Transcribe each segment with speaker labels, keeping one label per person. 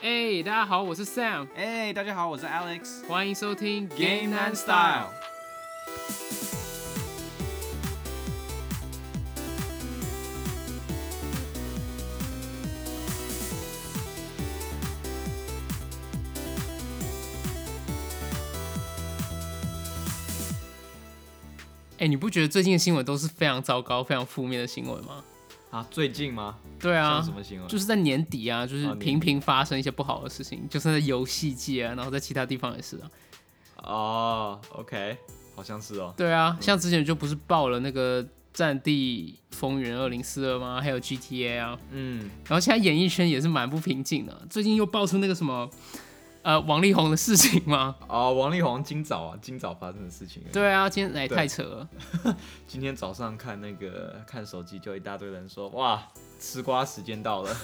Speaker 1: 哎、大家好，我是 Sam，
Speaker 2: 哎、大家好，我是 Alex。
Speaker 1: 欢迎收听
Speaker 2: Game
Speaker 1: Game and
Speaker 2: and
Speaker 1: Style
Speaker 2: Style。
Speaker 1: 哎、你不觉得最近的新闻都是非常糟糕、非常负面的新闻吗？
Speaker 2: 啊，最近吗？
Speaker 1: 对啊
Speaker 2: 像什，么新闻？
Speaker 1: 就是在年底啊，就
Speaker 2: 啊
Speaker 1: 是
Speaker 2: 年底
Speaker 1: 频频发生一些不好的事情，就是在游戏界啊，然后在其他地方也是啊。
Speaker 2: 哦，OK，好像是哦。
Speaker 1: 对啊，像之前就不是爆了那个《战地风云二零四二》吗？还有 GTA 啊，
Speaker 2: 嗯，
Speaker 1: 然后现在演艺圈也是蛮不平静的，最近又爆出那个什么，呃，王力宏的事情 嘛。
Speaker 2: 哦，王力宏今早啊，今早发生的事情。，
Speaker 1: 对啊，今天哎、
Speaker 2: 对
Speaker 1: 太扯了，
Speaker 2: 今天早上看那个看手机，就一大堆人说，哇，吃瓜时间到 了。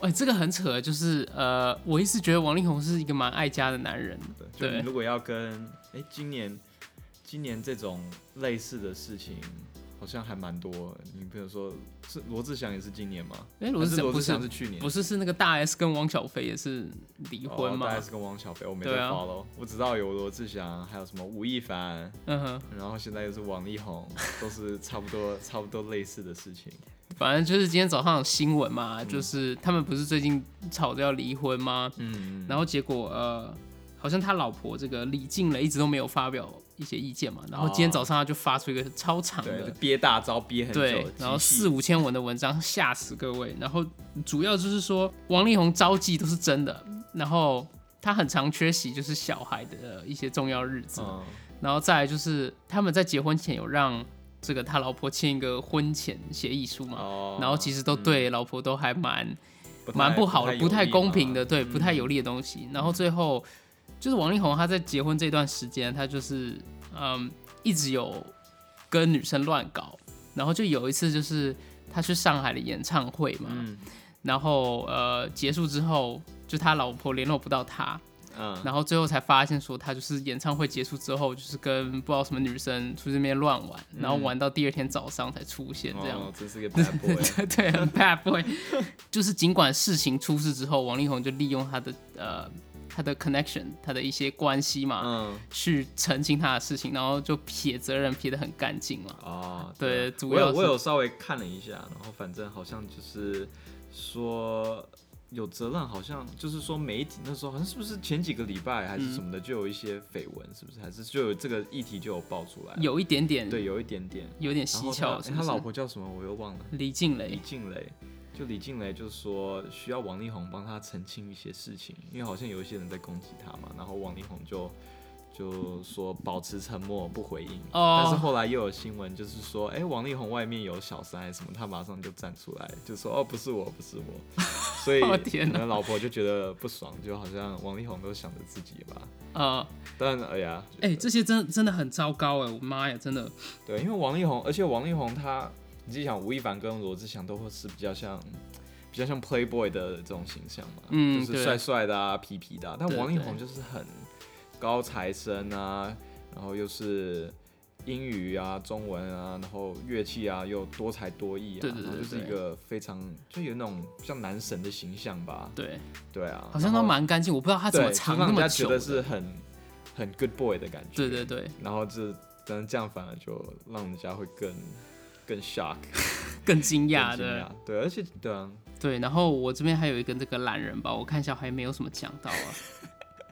Speaker 1: 哎、这个很扯，就是呃，我一直觉得王力宏是一个蛮爱家的男人，
Speaker 2: 对，就
Speaker 1: 对
Speaker 2: 你如果要跟，哎、今年今年这种类似的事情。好像还蛮多，你比如说是罗志祥也是今年吗？
Speaker 1: 哎罗志
Speaker 2: 还是
Speaker 1: 祥
Speaker 2: 罗
Speaker 1: 不
Speaker 2: 志
Speaker 1: 是
Speaker 2: 祥是去年，
Speaker 1: 不是是那个大 S 跟汪小菲也是离婚
Speaker 2: 哦大
Speaker 1: 嘛，
Speaker 2: 概是跟汪小菲，我没
Speaker 1: 对
Speaker 2: 在
Speaker 1: 啊
Speaker 2: follow，、我知道有罗志祥，还有什么吴亦凡，
Speaker 1: 嗯哼，
Speaker 2: 然后现在又是王力宏，都是差不多差不多类似的事情。
Speaker 1: 反正就是今天早上有新闻嘛，就是他们不是最近吵着要离婚吗？
Speaker 2: 嗯，
Speaker 1: 然后结果呃，好像他老婆这个李静蕾一直都没有发表一些意见嘛，然后今天
Speaker 2: 哦
Speaker 1: 早上他就发出一个超长
Speaker 2: 对，
Speaker 1: 的
Speaker 2: 就。憋大招憋很
Speaker 1: 嗯
Speaker 2: 久，
Speaker 1: 对
Speaker 2: 极，
Speaker 1: 然后
Speaker 2: 细
Speaker 1: 四五千文的文章吓死各位。然后主要就是说王力宏招妓都是真的，然后他很常缺席就是小孩的一些重要日子，
Speaker 2: 嗯
Speaker 1: 然后再来就是他们在结婚前有让这个他老婆签一个婚前协议书嘛，
Speaker 2: 哦，
Speaker 1: 然后其实都对老婆都还蛮
Speaker 2: 不太
Speaker 1: 蛮不好的，不太
Speaker 2: 有利
Speaker 1: 公平
Speaker 2: 嘛嗯
Speaker 1: 的，对，不太有利的东西。然后最后就是王力宏他在结婚这段时间，他就是嗯一直有跟女生乱搞，然后就有一次就是他去上海的演唱会嘛，
Speaker 2: 嗯
Speaker 1: 然后呃结束之后就他老婆联络不到他，
Speaker 2: 嗯，
Speaker 1: 然后最后才发现说他就是演唱会结束之后就是跟不知道什么女生出去那边乱玩，然后玩到第二天早上才出现这样
Speaker 2: 嗯哦，真是个 bad boy。
Speaker 1: 对对，很 bad boy。就是尽管事情出事之后，王力宏就利用他的呃他的 connection，他的一些关系嘛，
Speaker 2: 嗯
Speaker 1: 去澄清他的事情，然后就撇责任撇得很干净嘛。
Speaker 2: 哦，
Speaker 1: 对主
Speaker 2: 我
Speaker 1: 要
Speaker 2: 有我
Speaker 1: 是
Speaker 2: 有稍微看了一下，然后反正好像就是说有责任，好像就是说媒体那时候好像是不是前几个礼拜还
Speaker 1: 嗯
Speaker 2: 是什么的，就有一些绯闻，是不是？还是就有这个议题就有爆出来，
Speaker 1: 有一点点，
Speaker 2: 对，有一点点。
Speaker 1: 有点
Speaker 2: 然
Speaker 1: 蹊
Speaker 2: 后
Speaker 1: 跷，
Speaker 2: 他
Speaker 1: 是
Speaker 2: 诶
Speaker 1: 不
Speaker 2: 他
Speaker 1: 是？
Speaker 2: 老婆叫什么我又忘了，
Speaker 1: 李静
Speaker 2: 李
Speaker 1: 蕾，
Speaker 2: 静蕾。就李静蕾就说需要王力宏帮他澄清一些事情，因为好像有一些人在攻击他嘛，然后王力宏就就说保持沉默不回应。
Speaker 1: 哦
Speaker 2: 但是后来又有新闻，就是说，哎、王力宏外面有小三还是什么，他马上就站出来，就说，哦，不是我，不 是我，所以
Speaker 1: 哦天哪
Speaker 2: 可能老婆就觉得不爽，就好像王力宏都想着自己吧。
Speaker 1: 呃，
Speaker 2: 但哎呀，
Speaker 1: 哎、这些真真的很糟糕哎、我妈呀，真的，
Speaker 2: 对，因为王力宏，而且王力宏他，你自己想，吴亦凡跟罗志祥都会是比较像，比较像 Playboy 的这种形象嘛，
Speaker 1: 嗯
Speaker 2: 就
Speaker 1: 对
Speaker 2: 是帅帅的啊，痞痞的、啊。但
Speaker 1: 对
Speaker 2: 王力
Speaker 1: 对
Speaker 2: 宏就是很高材生啊，然后又是英语啊、中文啊，然后乐器啊又多才多艺啊，
Speaker 1: 对对对
Speaker 2: 然后就是
Speaker 1: 对
Speaker 2: 一个非常就有那种像男神的形象吧，
Speaker 1: 对，
Speaker 2: 对啊，
Speaker 1: 好像
Speaker 2: 然
Speaker 1: 都
Speaker 2: 后
Speaker 1: 蛮干净，我不知道她怎
Speaker 2: 对，
Speaker 1: 么
Speaker 2: 就
Speaker 1: 藏那
Speaker 2: 让人
Speaker 1: 么
Speaker 2: 家觉
Speaker 1: 久
Speaker 2: 得
Speaker 1: 的。
Speaker 2: 是很很 good boy 的感觉，
Speaker 1: 对对对，
Speaker 2: 然后这但是这样反而就让人家会更更 shock，
Speaker 1: 更惊讶
Speaker 2: 更惊
Speaker 1: 的，
Speaker 2: 讶，对，而且对啊，
Speaker 1: 对，然后我这边还有一个这个懒人吧，我看一下还没有什么讲到啊。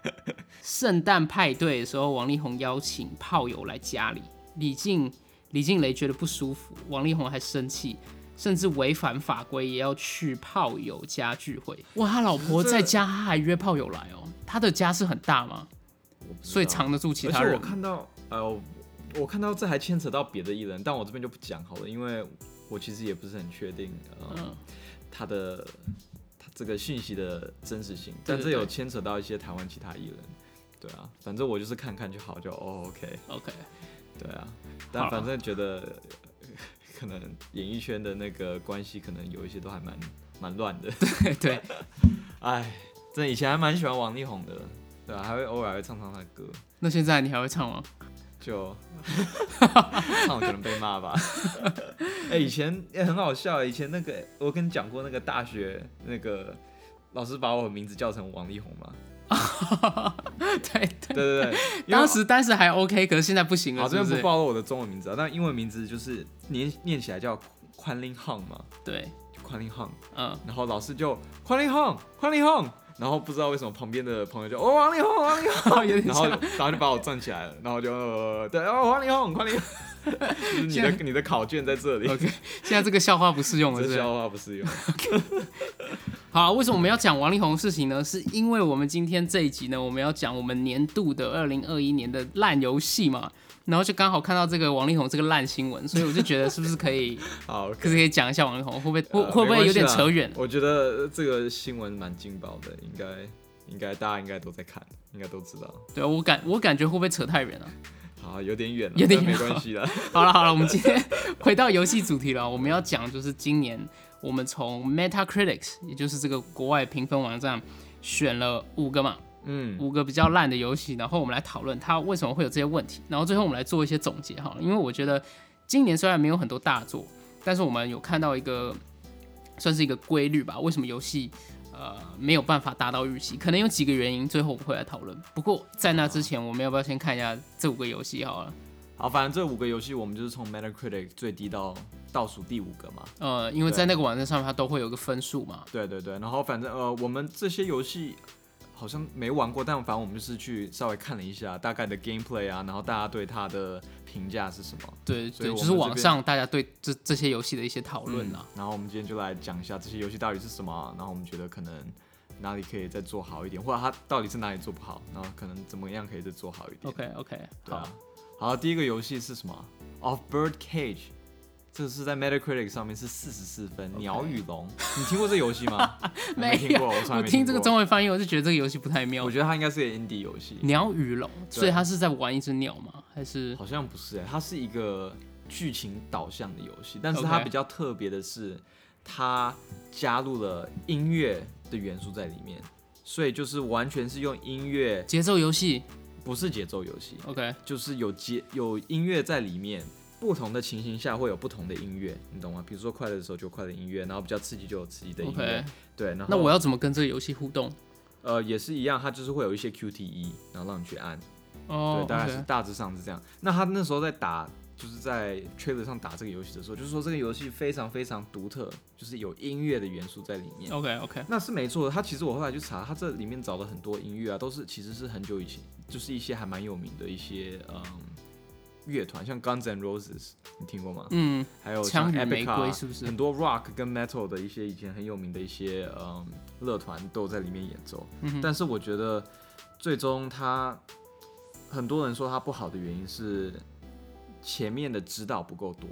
Speaker 1: 圣诞派对的时候，王力宏邀请炮友来家里，李静李静蕾觉得不舒服，王力宏还生气，甚至违反法规也要去炮友家聚会。哇，他老婆在家，他还约炮友来哦。他的家是很大吗？
Speaker 2: 我不知
Speaker 1: 所以
Speaker 2: 道
Speaker 1: 藏得住其
Speaker 2: 而
Speaker 1: 他
Speaker 2: 且我
Speaker 1: 人？
Speaker 2: 看到呃，我我看到这还牵扯到别的艺人，但我这边就不讲好了，因为我其实也不是很确定，呃、
Speaker 1: 嗯
Speaker 2: 他的他这个讯息的真实性，
Speaker 1: 对
Speaker 2: 但
Speaker 1: 对
Speaker 2: 这有
Speaker 1: 对
Speaker 2: 牵扯到一些台湾其他艺人。对啊，反正我就是看看就好，就哦 OK，
Speaker 1: ，OK，
Speaker 2: 对啊，
Speaker 1: 好
Speaker 2: 但反正觉得 呃可能演艺圈的那个关系，可能有一些都还蛮蛮乱的。
Speaker 1: 对，
Speaker 2: 哎，真的以前还蛮喜欢王力宏的，对啊，还会偶尔还会唱唱他的歌，
Speaker 1: 那现在你还会唱吗？
Speaker 2: 就唱我可能 被骂吧。哎哎、以前也、很好笑，以前那个我跟你讲过那个大学那个老师把我的名字叫成王力宏嘛？
Speaker 1: 对对，
Speaker 2: 对对 对，因为
Speaker 1: 当时当时还 OK，可是现在不行
Speaker 2: 好
Speaker 1: 了，
Speaker 2: 这
Speaker 1: 是
Speaker 2: 边
Speaker 1: 不
Speaker 2: 不
Speaker 1: 是？
Speaker 2: 暴露我的中文名字啊，但英文名字就是念念起来叫宽林 h 嘛，
Speaker 1: 对，
Speaker 2: 就宽林 h
Speaker 1: 嗯，
Speaker 2: 然后老师就宽林 h 宽林 h 然后不知道为什么旁边的朋友就哦王力宏王力宏，
Speaker 1: 有点
Speaker 2: 然后
Speaker 1: 像，
Speaker 2: 然后就把我站起来了，然后就、呃对哦王力宏王力 宏，就是你的
Speaker 1: 现
Speaker 2: 你的考卷在这里，
Speaker 1: 现在这个笑话不适用了，是
Speaker 2: 这
Speaker 1: 不是？
Speaker 2: 笑话不适用。
Speaker 1: 好，为什么我们要讲王力宏的事情呢？是因为我们今天这一集呢，我们要讲我们年度的二零二一年的烂游戏嘛，然后就刚好看到这个王力宏这个烂新闻，所以我就觉得是不是可以，
Speaker 2: 好，
Speaker 1: 可是可以讲一下王力宏会不会会
Speaker 2: 呃
Speaker 1: 会不会有点
Speaker 2: 没关系啦
Speaker 1: 扯远？
Speaker 2: 我觉得这个新闻蛮劲爆的，应该应该大家应该都在看，应该都知道。
Speaker 1: 对我感我感觉会不会扯太远了？
Speaker 2: 好，有点远了，
Speaker 1: 有点
Speaker 2: 但
Speaker 1: 远
Speaker 2: 没关系啦。
Speaker 1: 好了好了，我们今天回到游戏主题了，我们要讲就是今年我们从 Metacritic，也就是这个国外评分网站选了五个嘛，
Speaker 2: 嗯，
Speaker 1: 五个比较烂的游戏，然后我们来讨论它为什么会有这些问题，然后最后我们来做一些总结哈。因为我觉得今年虽然没有很多大作，但是我们有看到一个算是一个规律吧，为什么游戏呃没有办法达到预期，可能有几个原因，最后我们会来讨论。不过在那之前，我们要不要先看一下这五个游戏好了？
Speaker 2: 好，反正这五个游戏我们就是从 Metacritic 最低到倒数第五个嘛。
Speaker 1: 呃，因为在那个网站上面它都会有个分数嘛，
Speaker 2: 对对对，然后反正呃，我们这些游戏好像没玩过，但反正我们就是去稍微看了一下大概的 gameplay 啊，然后大家对它的评价是什么
Speaker 1: 对
Speaker 2: 所
Speaker 1: 对，
Speaker 2: 以我
Speaker 1: 就
Speaker 2: 们
Speaker 1: 是网
Speaker 2: 这边
Speaker 1: 上大家对这这些游戏的一些讨论啦。
Speaker 2: 嗯然后我们今天就来讲一下这些游戏到底是什么啊，然后我们觉得可能。哪里可以再做好一点，或者它到底是哪里做不好，然后可能怎么样可以再做好一点。
Speaker 1: OK OK，哦
Speaker 2: 对
Speaker 1: 好
Speaker 2: 啊，。好，第一个游戏是什么？Of Bird Cage，这个是在 Metacritic 上面是四十四分，《鸟与龙》，你听过这游戏 吗？我
Speaker 1: 没
Speaker 2: 听
Speaker 1: 有
Speaker 2: 过，我从来
Speaker 1: 我
Speaker 2: 没
Speaker 1: 听这个
Speaker 2: 过
Speaker 1: 中文翻译，我就觉得这个游戏不太妙
Speaker 2: 我。觉得它应该是个 indie 游戏，
Speaker 1: 鸟与龙，
Speaker 2: 对
Speaker 1: 所以他是在玩一只鸟吗？还是
Speaker 2: 好像不是哎、它是一个剧情导向的游戏，但是它
Speaker 1: OK
Speaker 2: 比较特别的是，它加入了音乐的元素在里面，所以就是完全是用音乐，
Speaker 1: 节奏游戏
Speaker 2: 不是节奏游戏，
Speaker 1: ？OK，
Speaker 2: 就是有节有音乐在里面，不同的情形下会有不同的音乐，你懂吗？比如说快乐的时候就有快乐音乐，然后比较刺激就有刺激的音乐
Speaker 1: OK
Speaker 2: 对，然后
Speaker 1: 那我要怎么跟这个游戏互动？
Speaker 2: 呃也是一样，它就是会有一些 QTE，然后让你去按，
Speaker 1: 哦
Speaker 2: 对，大概是大致上是这样。那他那时候在打，就是在 trailer 上打这个游戏的时候，就是说这个游戏非常非常独特，就是有音乐的元素在里面。
Speaker 1: OK OK，
Speaker 2: 那是没错的，他其实我后来去查，他这里面找了很多音乐啊，都是其实是很久以前，就是一些还蛮有名的一些嗯乐团，像 Guns N' Roses，你听过吗？
Speaker 1: 嗯，
Speaker 2: 还有
Speaker 1: 枪
Speaker 2: 像
Speaker 1: 与
Speaker 2: e p
Speaker 1: 玫
Speaker 2: i
Speaker 1: 瑰
Speaker 2: c
Speaker 1: 是不是
Speaker 2: 很多 rock 跟 metal 的一些以前很有名的一些嗯乐团都有在里面演奏。
Speaker 1: 嗯
Speaker 2: 但是我觉得最终它很多人说它不好的原因是前面的指导不够多，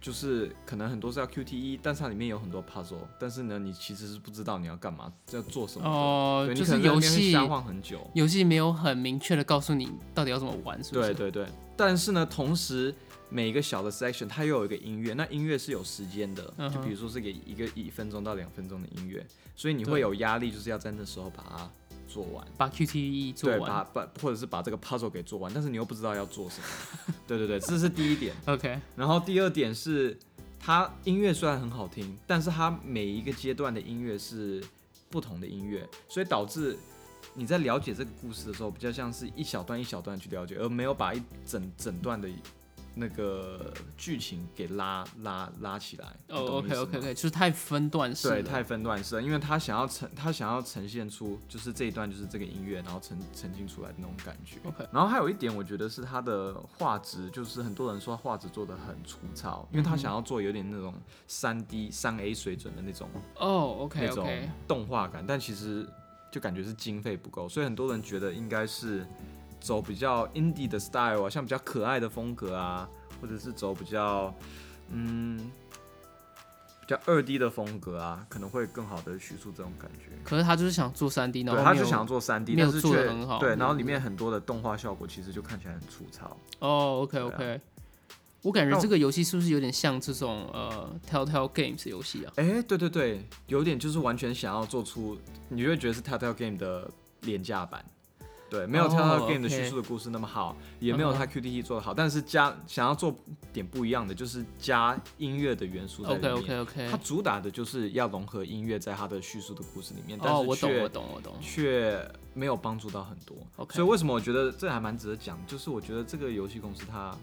Speaker 2: 就是可能很多是要 QTE，但是它里面有很多 puzzle，但是呢你其实是不知道你要干嘛要做什么的。
Speaker 1: 哦
Speaker 2: 对，你
Speaker 1: 就
Speaker 2: 可
Speaker 1: 是
Speaker 2: 能在那
Speaker 1: 游
Speaker 2: 边会
Speaker 1: 戏
Speaker 2: 瞎晃很久。
Speaker 1: 游戏没有很明确的告诉你到底要怎么玩，是不
Speaker 2: 对
Speaker 1: 是？
Speaker 2: 对对，但是呢，同时每一个小的 section 它又有一个音乐，那音乐是有时间的
Speaker 1: 嗯
Speaker 2: 就
Speaker 1: 哼
Speaker 2: 比如说是给一个一分钟到两分钟的音乐，所以你
Speaker 1: 对
Speaker 2: 会有压力，就是要在那时候把它做完。
Speaker 1: 把 QTE 做
Speaker 2: 对，把
Speaker 1: 完。
Speaker 2: 把或者是把这个 puzzle 给做完，但是你又不知道要做什么。对对对，这是第一点。
Speaker 1: OK，
Speaker 2: 然后第二点是，它音乐虽然很好听，但是它每一个阶段的音乐是不同的音乐，所以导致你在了解这个故事的时候，比较像是一小段一小段去了解，而没有把一整整段的那个剧情给拉拉拉起来。你
Speaker 1: 哦
Speaker 2: 懂我意
Speaker 1: ，OK
Speaker 2: 思吗
Speaker 1: OK OK，就是太分段式
Speaker 2: 对，
Speaker 1: 了。
Speaker 2: 太分段式了，因为他想要呈他想要呈现出就是这一段就是这个音乐，然后呈呈现出来的那种感觉。
Speaker 1: OK
Speaker 2: 然后还有一点，我觉得是他的画质，就是很多人说画质做的很粗糙，因为
Speaker 1: 嗯
Speaker 2: 他想要做有点那种三 D 三 A 水准的那种
Speaker 1: 哦，OK
Speaker 2: 那种
Speaker 1: OK，
Speaker 2: 动画感，但其实就感觉是经费不够，所以很多人觉得应该是走比较 indie 的 style 啊，像比较可爱的风格啊，或者是走比较嗯比较二 D 的风格啊，可能会更好的叙述这种感觉。
Speaker 1: 可是他就是想做三 D，然
Speaker 2: 对，
Speaker 1: 后
Speaker 2: 他
Speaker 1: 没
Speaker 2: 就
Speaker 1: 有
Speaker 2: 想要做三 D，
Speaker 1: 没有
Speaker 2: 但是
Speaker 1: 做得
Speaker 2: 却
Speaker 1: 很好嗯
Speaker 2: 对，然后里面很多的动画效果其实就看起来很粗糙。
Speaker 1: 哦，OK
Speaker 2: 对啊
Speaker 1: OK，我感觉
Speaker 2: 那
Speaker 1: 这个游戏是不是有点像这种呃 Telltale Games 的游戏啊？
Speaker 2: 哎、对对对，有点就是完全想要做出，你就会觉得是 Telltale Game 的廉价版，对，没有跳
Speaker 1: 哦
Speaker 2: 到 game 的
Speaker 1: OK 嗯
Speaker 2: 叙述的故事那么好，也没有它 QTE E 做的好，但是加想要做点不一样的，就是加音乐的元素在里
Speaker 1: OK OK
Speaker 2: 面。
Speaker 1: OK，
Speaker 2: 它主打的就是要融合音乐在它的叙述的故事里面，但
Speaker 1: 哦，
Speaker 2: 是
Speaker 1: 我懂
Speaker 2: 却
Speaker 1: 我懂我懂，
Speaker 2: 却没有帮助到很多。
Speaker 1: OK
Speaker 2: 所以为什么我觉得这还蛮值得讲，就是我觉得这个游戏公司它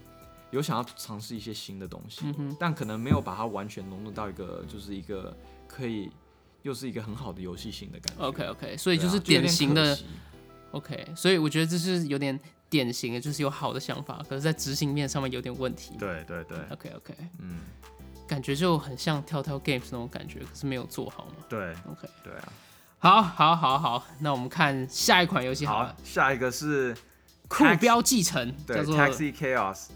Speaker 2: 有想要尝试一些新的东西，
Speaker 1: 嗯
Speaker 2: 但可能没有把它完全融入到一个就是一个可以又是一个很好的游戏性的感觉。
Speaker 1: OK
Speaker 2: 对啊
Speaker 1: OK，所以就是典型
Speaker 2: 有
Speaker 1: 的
Speaker 2: 点可惜
Speaker 1: OK，所以我觉得这是有点典型的，就是有好的想法，可是在执行面上面有点问题。
Speaker 2: 对对对，
Speaker 1: OK OK，
Speaker 2: 嗯，
Speaker 1: 感觉就很像跳跳 Games 那种感觉，可是没有做好嘛。
Speaker 2: 对
Speaker 1: OK，
Speaker 2: 对啊。
Speaker 1: 好，好，好，好，那我们看下一款游戏好
Speaker 2: 好
Speaker 1: 了，，
Speaker 2: 下一个是
Speaker 1: 酷
Speaker 2: Taxi-
Speaker 1: 标继承
Speaker 2: 对
Speaker 1: 叫做
Speaker 2: Taxi Chaos。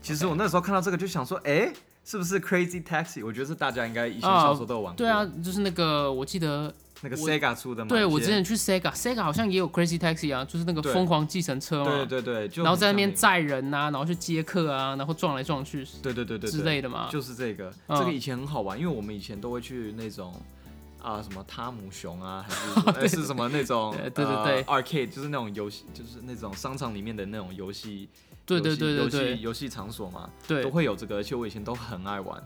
Speaker 2: 其实
Speaker 1: OK
Speaker 2: 我那时候看到这个就想说，哎、是不是 Crazy Taxi？我觉得是大家应该以前
Speaker 1: 哦
Speaker 2: 小时候都有玩过。
Speaker 1: 对啊，，就是那个我记得，
Speaker 2: 那个
Speaker 1: 我
Speaker 2: Sega 出的嘛。
Speaker 1: 对
Speaker 2: 一
Speaker 1: 我
Speaker 2: 些
Speaker 1: 之前去 Sega，Sega 好像也有 Crazy Taxi 啊，就是那个
Speaker 2: 对
Speaker 1: 疯狂计程车嘛，
Speaker 2: 对对对，就
Speaker 1: 嗯然后在那
Speaker 2: 很像
Speaker 1: 边载人呐、然后去接客啊，然后撞来撞去
Speaker 2: 对对对对
Speaker 1: 之
Speaker 2: 对
Speaker 1: 类的嘛。
Speaker 2: 就是这个，
Speaker 1: 嗯
Speaker 2: 这个以前很好玩，因为我们以前都会去那种。啊，什么汤姆熊 啊，还是还是什么那种
Speaker 1: 哦对对对对
Speaker 2: 呃 arcade，就是那种游戏，就是那种商场里面的那种游戏，
Speaker 1: 对对对对
Speaker 2: 游戏游
Speaker 1: 对
Speaker 2: 戏游戏场所嘛，
Speaker 1: 对
Speaker 2: 都，会有这个，而且我以前都很爱玩。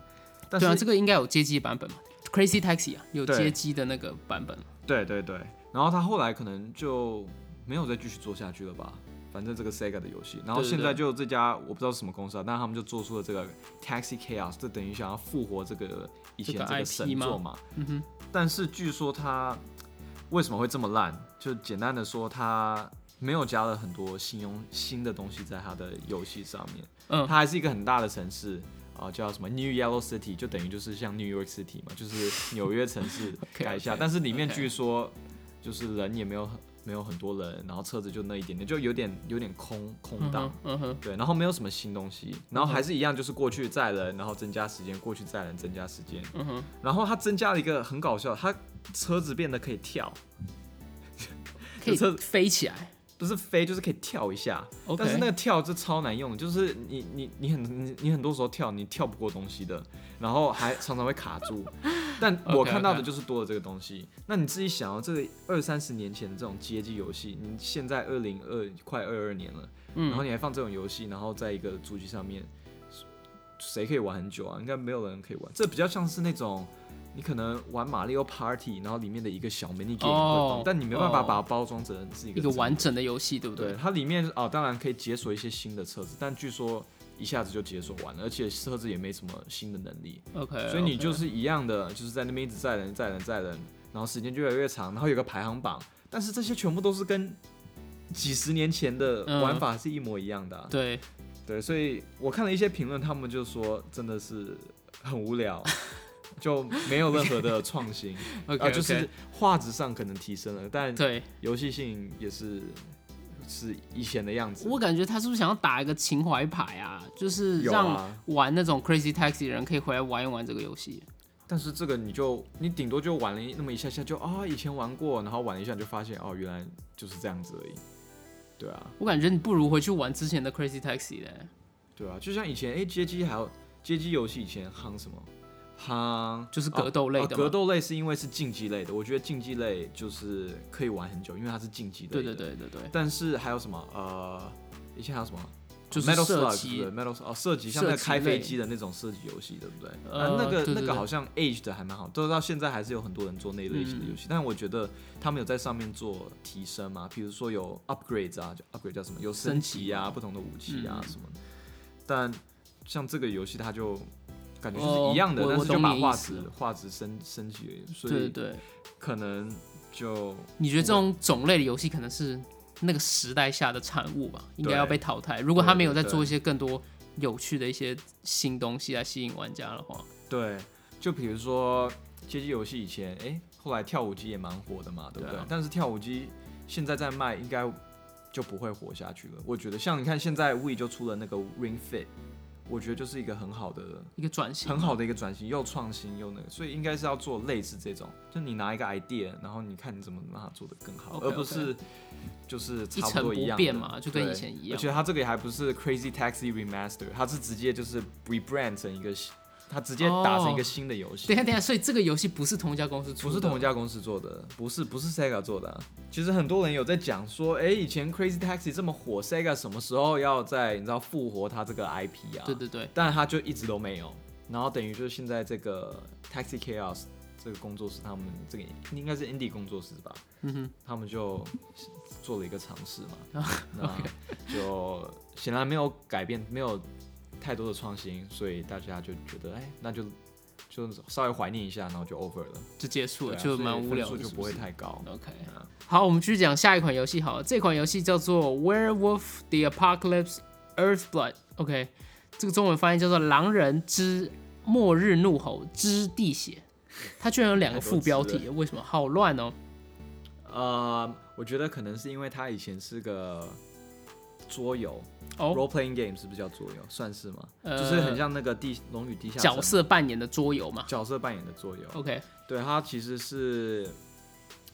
Speaker 2: 但是
Speaker 1: 对啊，这个应该有街机版本嘛，Crazy Taxi 啊，有
Speaker 2: 对
Speaker 1: 街机的那个版本。
Speaker 2: 对对对，然后他后来可能就没有再继续做下去了吧。反正这个 Sega 的游戏，然后
Speaker 1: 对对
Speaker 2: 现在
Speaker 1: 对
Speaker 2: 就这家我不知道是什么公司啊，但他们就做出了这个 Taxi Chaos，这等于想要复活这个以前
Speaker 1: 这个
Speaker 2: 这个
Speaker 1: IP
Speaker 2: 神作嘛。
Speaker 1: 嗯哼，
Speaker 2: 但是据说它为什么会这么烂？就简单的说，它没有加了很多新用新的东西在它的游戏上面。
Speaker 1: 嗯
Speaker 2: 它还是一个很大的城市啊、叫什么 New Yellow City，就等于就是像 New York City 嘛，就是纽约 城市
Speaker 1: OK，
Speaker 2: 改一下。
Speaker 1: OK，
Speaker 2: 但是里面
Speaker 1: OK
Speaker 2: 据说就是人也没有很没有很多人，然后车子就那一点点，就有点有点空空
Speaker 1: 嗯
Speaker 2: 荡。
Speaker 1: 哼，嗯哼，
Speaker 2: 对，然后没有什么新东西，然后还是一样，就是过去载人，然后增加时间，过去载人增加时间，
Speaker 1: 嗯哼，
Speaker 2: 然后它增加了一个很搞笑，它车子变得可以跳，
Speaker 1: 可以
Speaker 2: 这车
Speaker 1: 飞起来。
Speaker 2: 不是飞就是可以跳一下
Speaker 1: OK
Speaker 2: 但是那个跳是超难用的，就是你你你很你你很多时候跳你跳不过东西的，然后还常常会卡住。 但
Speaker 1: OK，OK
Speaker 2: 我看到的就是多了这个东西。那你自己想哦，这个二三十年前的这种街机游戏，你现在二零二快二二年了，
Speaker 1: 嗯
Speaker 2: 然后你还放这种游戏，然后在一个主机上面，谁可以玩很久啊？应该没有人可以玩。这比较像是那种。你可能玩马里奥 Party，然后里面的一个小 mini game，、
Speaker 1: 哦
Speaker 2: 但你没办法
Speaker 1: 哦
Speaker 2: 把它包装成是一个
Speaker 1: 一个
Speaker 2: 整
Speaker 1: 完整的游戏，对不
Speaker 2: 对，
Speaker 1: 对？
Speaker 2: 它里面哦，当然可以解锁一些新的车子，但据说一下子就解锁完了，而且车子也没什么新的能力，
Speaker 1: OK，
Speaker 2: 所以你
Speaker 1: 哎 OK
Speaker 2: 就是一样的，就是在那边一直载人、载人、载人，然后时间就越来越长，然后有个排行榜，但是这些全部都是跟几十年前的
Speaker 1: 嗯
Speaker 2: 玩法是一模一样的啊、
Speaker 1: 对
Speaker 2: 对，所以我看了一些评论，他们就说真的是很无聊，就没有任何的创 新，
Speaker 1: OK，
Speaker 2: 啊，就
Speaker 1: OK，
Speaker 2: 是画质上可能提升了，但
Speaker 1: 对。
Speaker 2: 游戏性也是是以前的样子。
Speaker 1: 我感觉他是不是想要打一个情怀牌啊？就是
Speaker 2: 有
Speaker 1: 让
Speaker 2: 啊，
Speaker 1: 玩那种 Crazy Taxi 的人可以回来玩一玩这个游戏。
Speaker 2: 但是这个你就你顶多就玩了那么一下下就，啊以前玩过，然后玩了一下你就发现哦原来就是这样子而已。对啊，
Speaker 1: 我感觉你不如回去玩之前的 Crazy Taxi 嘞。
Speaker 2: 对啊，就像以前哎街机还有街机游戏以前夯什么夯。
Speaker 1: 就是格斗类
Speaker 2: 啊
Speaker 1: 的嘛
Speaker 2: 格斗类是因为是竞技类的，我觉得竞技类就是可以玩很久，因为它是竞技类
Speaker 1: 对
Speaker 2: 的。
Speaker 1: 对。对对对，
Speaker 2: 但是还有什么呃，以前还有什么
Speaker 1: 就是
Speaker 2: Metal
Speaker 1: 射
Speaker 2: Slug
Speaker 1: 击
Speaker 2: 对不对 Metal Slug- 哦射击，像那个
Speaker 1: 射击
Speaker 2: 开飞
Speaker 1: 类
Speaker 2: 机的那种射击游戏，对不对？
Speaker 1: 呃
Speaker 2: 啊那个
Speaker 1: 对对
Speaker 2: 那个
Speaker 1: 对嗯
Speaker 2: 好像 Age 的还蛮好，都到现在还是有很多人做那一类型的游戏，但我觉得他们有在上面做提升嘛，比如说有 upgrades 啊，就 upgrade 叫什么，有升级啊，不同的武器啊
Speaker 1: 嗯
Speaker 2: 什么的。但像这个游戏，它就感觉就
Speaker 1: 哦
Speaker 2: 是一样的，
Speaker 1: 我
Speaker 2: 但
Speaker 1: 我
Speaker 2: 是就
Speaker 1: 懂
Speaker 2: 把
Speaker 1: 你的意
Speaker 2: 画
Speaker 1: 思
Speaker 2: 质画质升升级而已，所
Speaker 1: 对对
Speaker 2: 以
Speaker 1: 对。
Speaker 2: 可能就
Speaker 1: 你觉得这种种类的游戏可能是那个时代下的产物吧，应该要被淘汰。如果他没有再做一些更多有趣的一些新东西来吸引玩家的话，
Speaker 2: 对，就比如说街机游戏以前，哎、后来跳舞机也蛮火的嘛，对不对？
Speaker 1: 对啊
Speaker 2: 但是跳舞机现在在卖，应该就不会火下去了。我觉得，像你看现在 We 就出了那个 Ring Fit，我觉得就是一个很好的、
Speaker 1: 一个转型
Speaker 2: 很好的一个转型，又创新又那个，所以应该是要做类似这种，就你拿一个 idea，然后你看你怎么让它做得更好
Speaker 1: OK，OK
Speaker 2: 而不是就是
Speaker 1: 一
Speaker 2: 差不
Speaker 1: 成
Speaker 2: 多一样
Speaker 1: 不
Speaker 2: 的
Speaker 1: 变嘛，就跟
Speaker 2: 对
Speaker 1: 以前一
Speaker 2: 而
Speaker 1: 样。
Speaker 2: 且它这个也还不是 Crazy Taxi Remaster，它是直接就是 rebrand 成一个他直接打成一个新的游戏。
Speaker 1: 哦等一下，等一下，所以这个游戏不是同一家公司出的，
Speaker 2: 不是同一家公司做的，不是不是 Sega 做的啊、其实很多人有在讲说，哎、以前 Crazy Taxi 这么火，Sega 什么时候要在你知道复活它这个 IP 啊？
Speaker 1: 对对对，
Speaker 2: 但他就一直都没有。然后等于就是现在这个 Taxi Chaos 这个工作室，他们这个应该是 Indie 工作室吧，
Speaker 1: 嗯哼，
Speaker 2: 他们就做了一个尝试 嘛，
Speaker 1: 啊
Speaker 2: 那就显然没有改变，没有太多的创新，所以大家就觉得，哎，那就就稍微怀念一下，然后就 over 了，
Speaker 1: 就结束
Speaker 2: 对
Speaker 1: 了，
Speaker 2: 啊
Speaker 1: 就蛮无聊
Speaker 2: 所
Speaker 1: 的，是
Speaker 2: 以分数就不
Speaker 1: 不
Speaker 2: 会
Speaker 1: 是
Speaker 2: 太高。
Speaker 1: OK，
Speaker 2: 啊
Speaker 1: 好，我们继续讲下一款游戏。好了，这款游戏叫做《Werewolf: The Apocalypse: Earthblood》。OK，这个中文翻译叫做《狼人之末日怒吼之地血》。它居然有两个副标
Speaker 2: 太多
Speaker 1: 题，为什么？好乱哦！
Speaker 2: 呃，我觉得可能是因为他以前是个桌游、r o
Speaker 1: 哦，
Speaker 2: l e playing game 是不是叫桌游？算是吗？
Speaker 1: 呃
Speaker 2: 就是很像那个地《龙与地下城
Speaker 1: 角色哦扮演的桌游嘛。
Speaker 2: 角色扮演的桌游。
Speaker 1: OK，
Speaker 2: 对，它其实是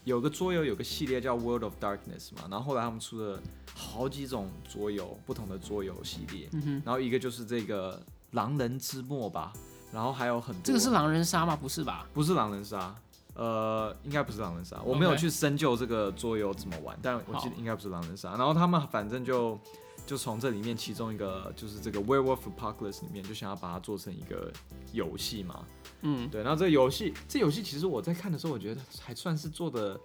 Speaker 2: 有个桌游，有个系列叫 World of Darkness 嘛，然后后来他们出了好几种桌游，不同的桌游系列，
Speaker 1: 嗯
Speaker 2: 然后一个就是这个狼人之末吧，然后还有很多
Speaker 1: 这个是狼人杀吗？不是吧？
Speaker 2: 不是狼人杀？呃，应该不是狼人杀，我没有
Speaker 1: OK
Speaker 2: 去深究这个桌游怎么玩，但我记得
Speaker 1: 好
Speaker 2: 应该不是狼人杀。然后他们反正就就从这里面其中一个就是这个 Werewolf Apocalypse 里面就想要把它做成一个游戏嘛，
Speaker 1: 嗯，
Speaker 2: 对，然后这个游戏，这游戏其实我在看的时候，我觉得还算是做的，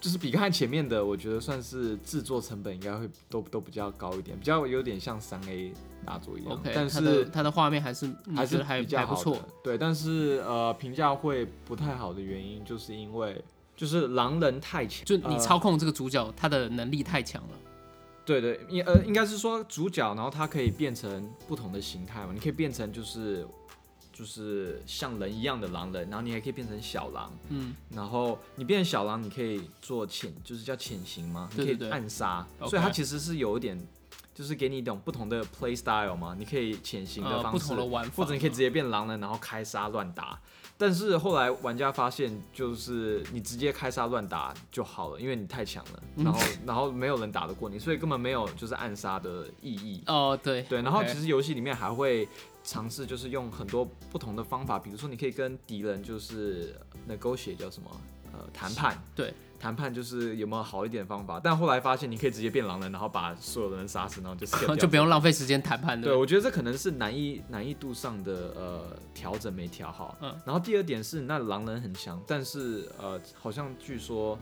Speaker 2: 就是比刚才前面的，我觉得算是制作成本应该会都都比较高一点，比较有点像三 A 大作一样
Speaker 1: OK，
Speaker 2: 但
Speaker 1: 它的
Speaker 2: 是
Speaker 1: 它的画面还嗯是你
Speaker 2: 还
Speaker 1: 觉
Speaker 2: 是
Speaker 1: 得还
Speaker 2: 比较
Speaker 1: 还
Speaker 2: 好
Speaker 1: 不
Speaker 2: 的
Speaker 1: 错。。
Speaker 2: 对，但是呃，评价会不太好的原因，就是因为就是狼人太强，
Speaker 1: 就你
Speaker 2: 呃
Speaker 1: 操控这个主角，他的能力太强了。
Speaker 2: 对对，应呃应该是说主角，然后它可以变成不同的形态嘛，你可以变成就是就是像人一样的狼人，然后你还可以变成小狼，
Speaker 1: 嗯，
Speaker 2: 然后你变成小狼，你可以做潜，就是叫潜行吗？
Speaker 1: 对对
Speaker 2: 你可
Speaker 1: 对
Speaker 2: 以暗杀，
Speaker 1: OK
Speaker 2: 所以它其实是有一点，就是给你一种不同的 play style 嘛，你可以潜行的
Speaker 1: 呃
Speaker 2: 方式，
Speaker 1: 不同的玩法
Speaker 2: 或者你可以直接变狼人，然后开杀乱打。但是后来玩家发现，就是你直接开杀乱打就好了，因为你太强了，
Speaker 1: 嗯
Speaker 2: 然后然后没有人打得过你，所以根本没有就是暗杀的意义。
Speaker 1: 哦，对
Speaker 2: 对，然后
Speaker 1: OK
Speaker 2: 其实游戏里面还会尝试，就是用很多不同的方法，比如说你可以跟敌人就是那勾血叫什么呃谈判，
Speaker 1: 对，
Speaker 2: 谈判就是有没有好一点的方法，但后来发现你可以直接变狼人，然后把所有的人杀死，然后就 skip 掉
Speaker 1: 就不用浪费时间谈判
Speaker 2: 对，
Speaker 1: 的。
Speaker 2: 我觉得这可能是难易难易度上的呃调整没调好。
Speaker 1: 嗯
Speaker 2: 然后第二点是那狼人很强，但是呃好像据说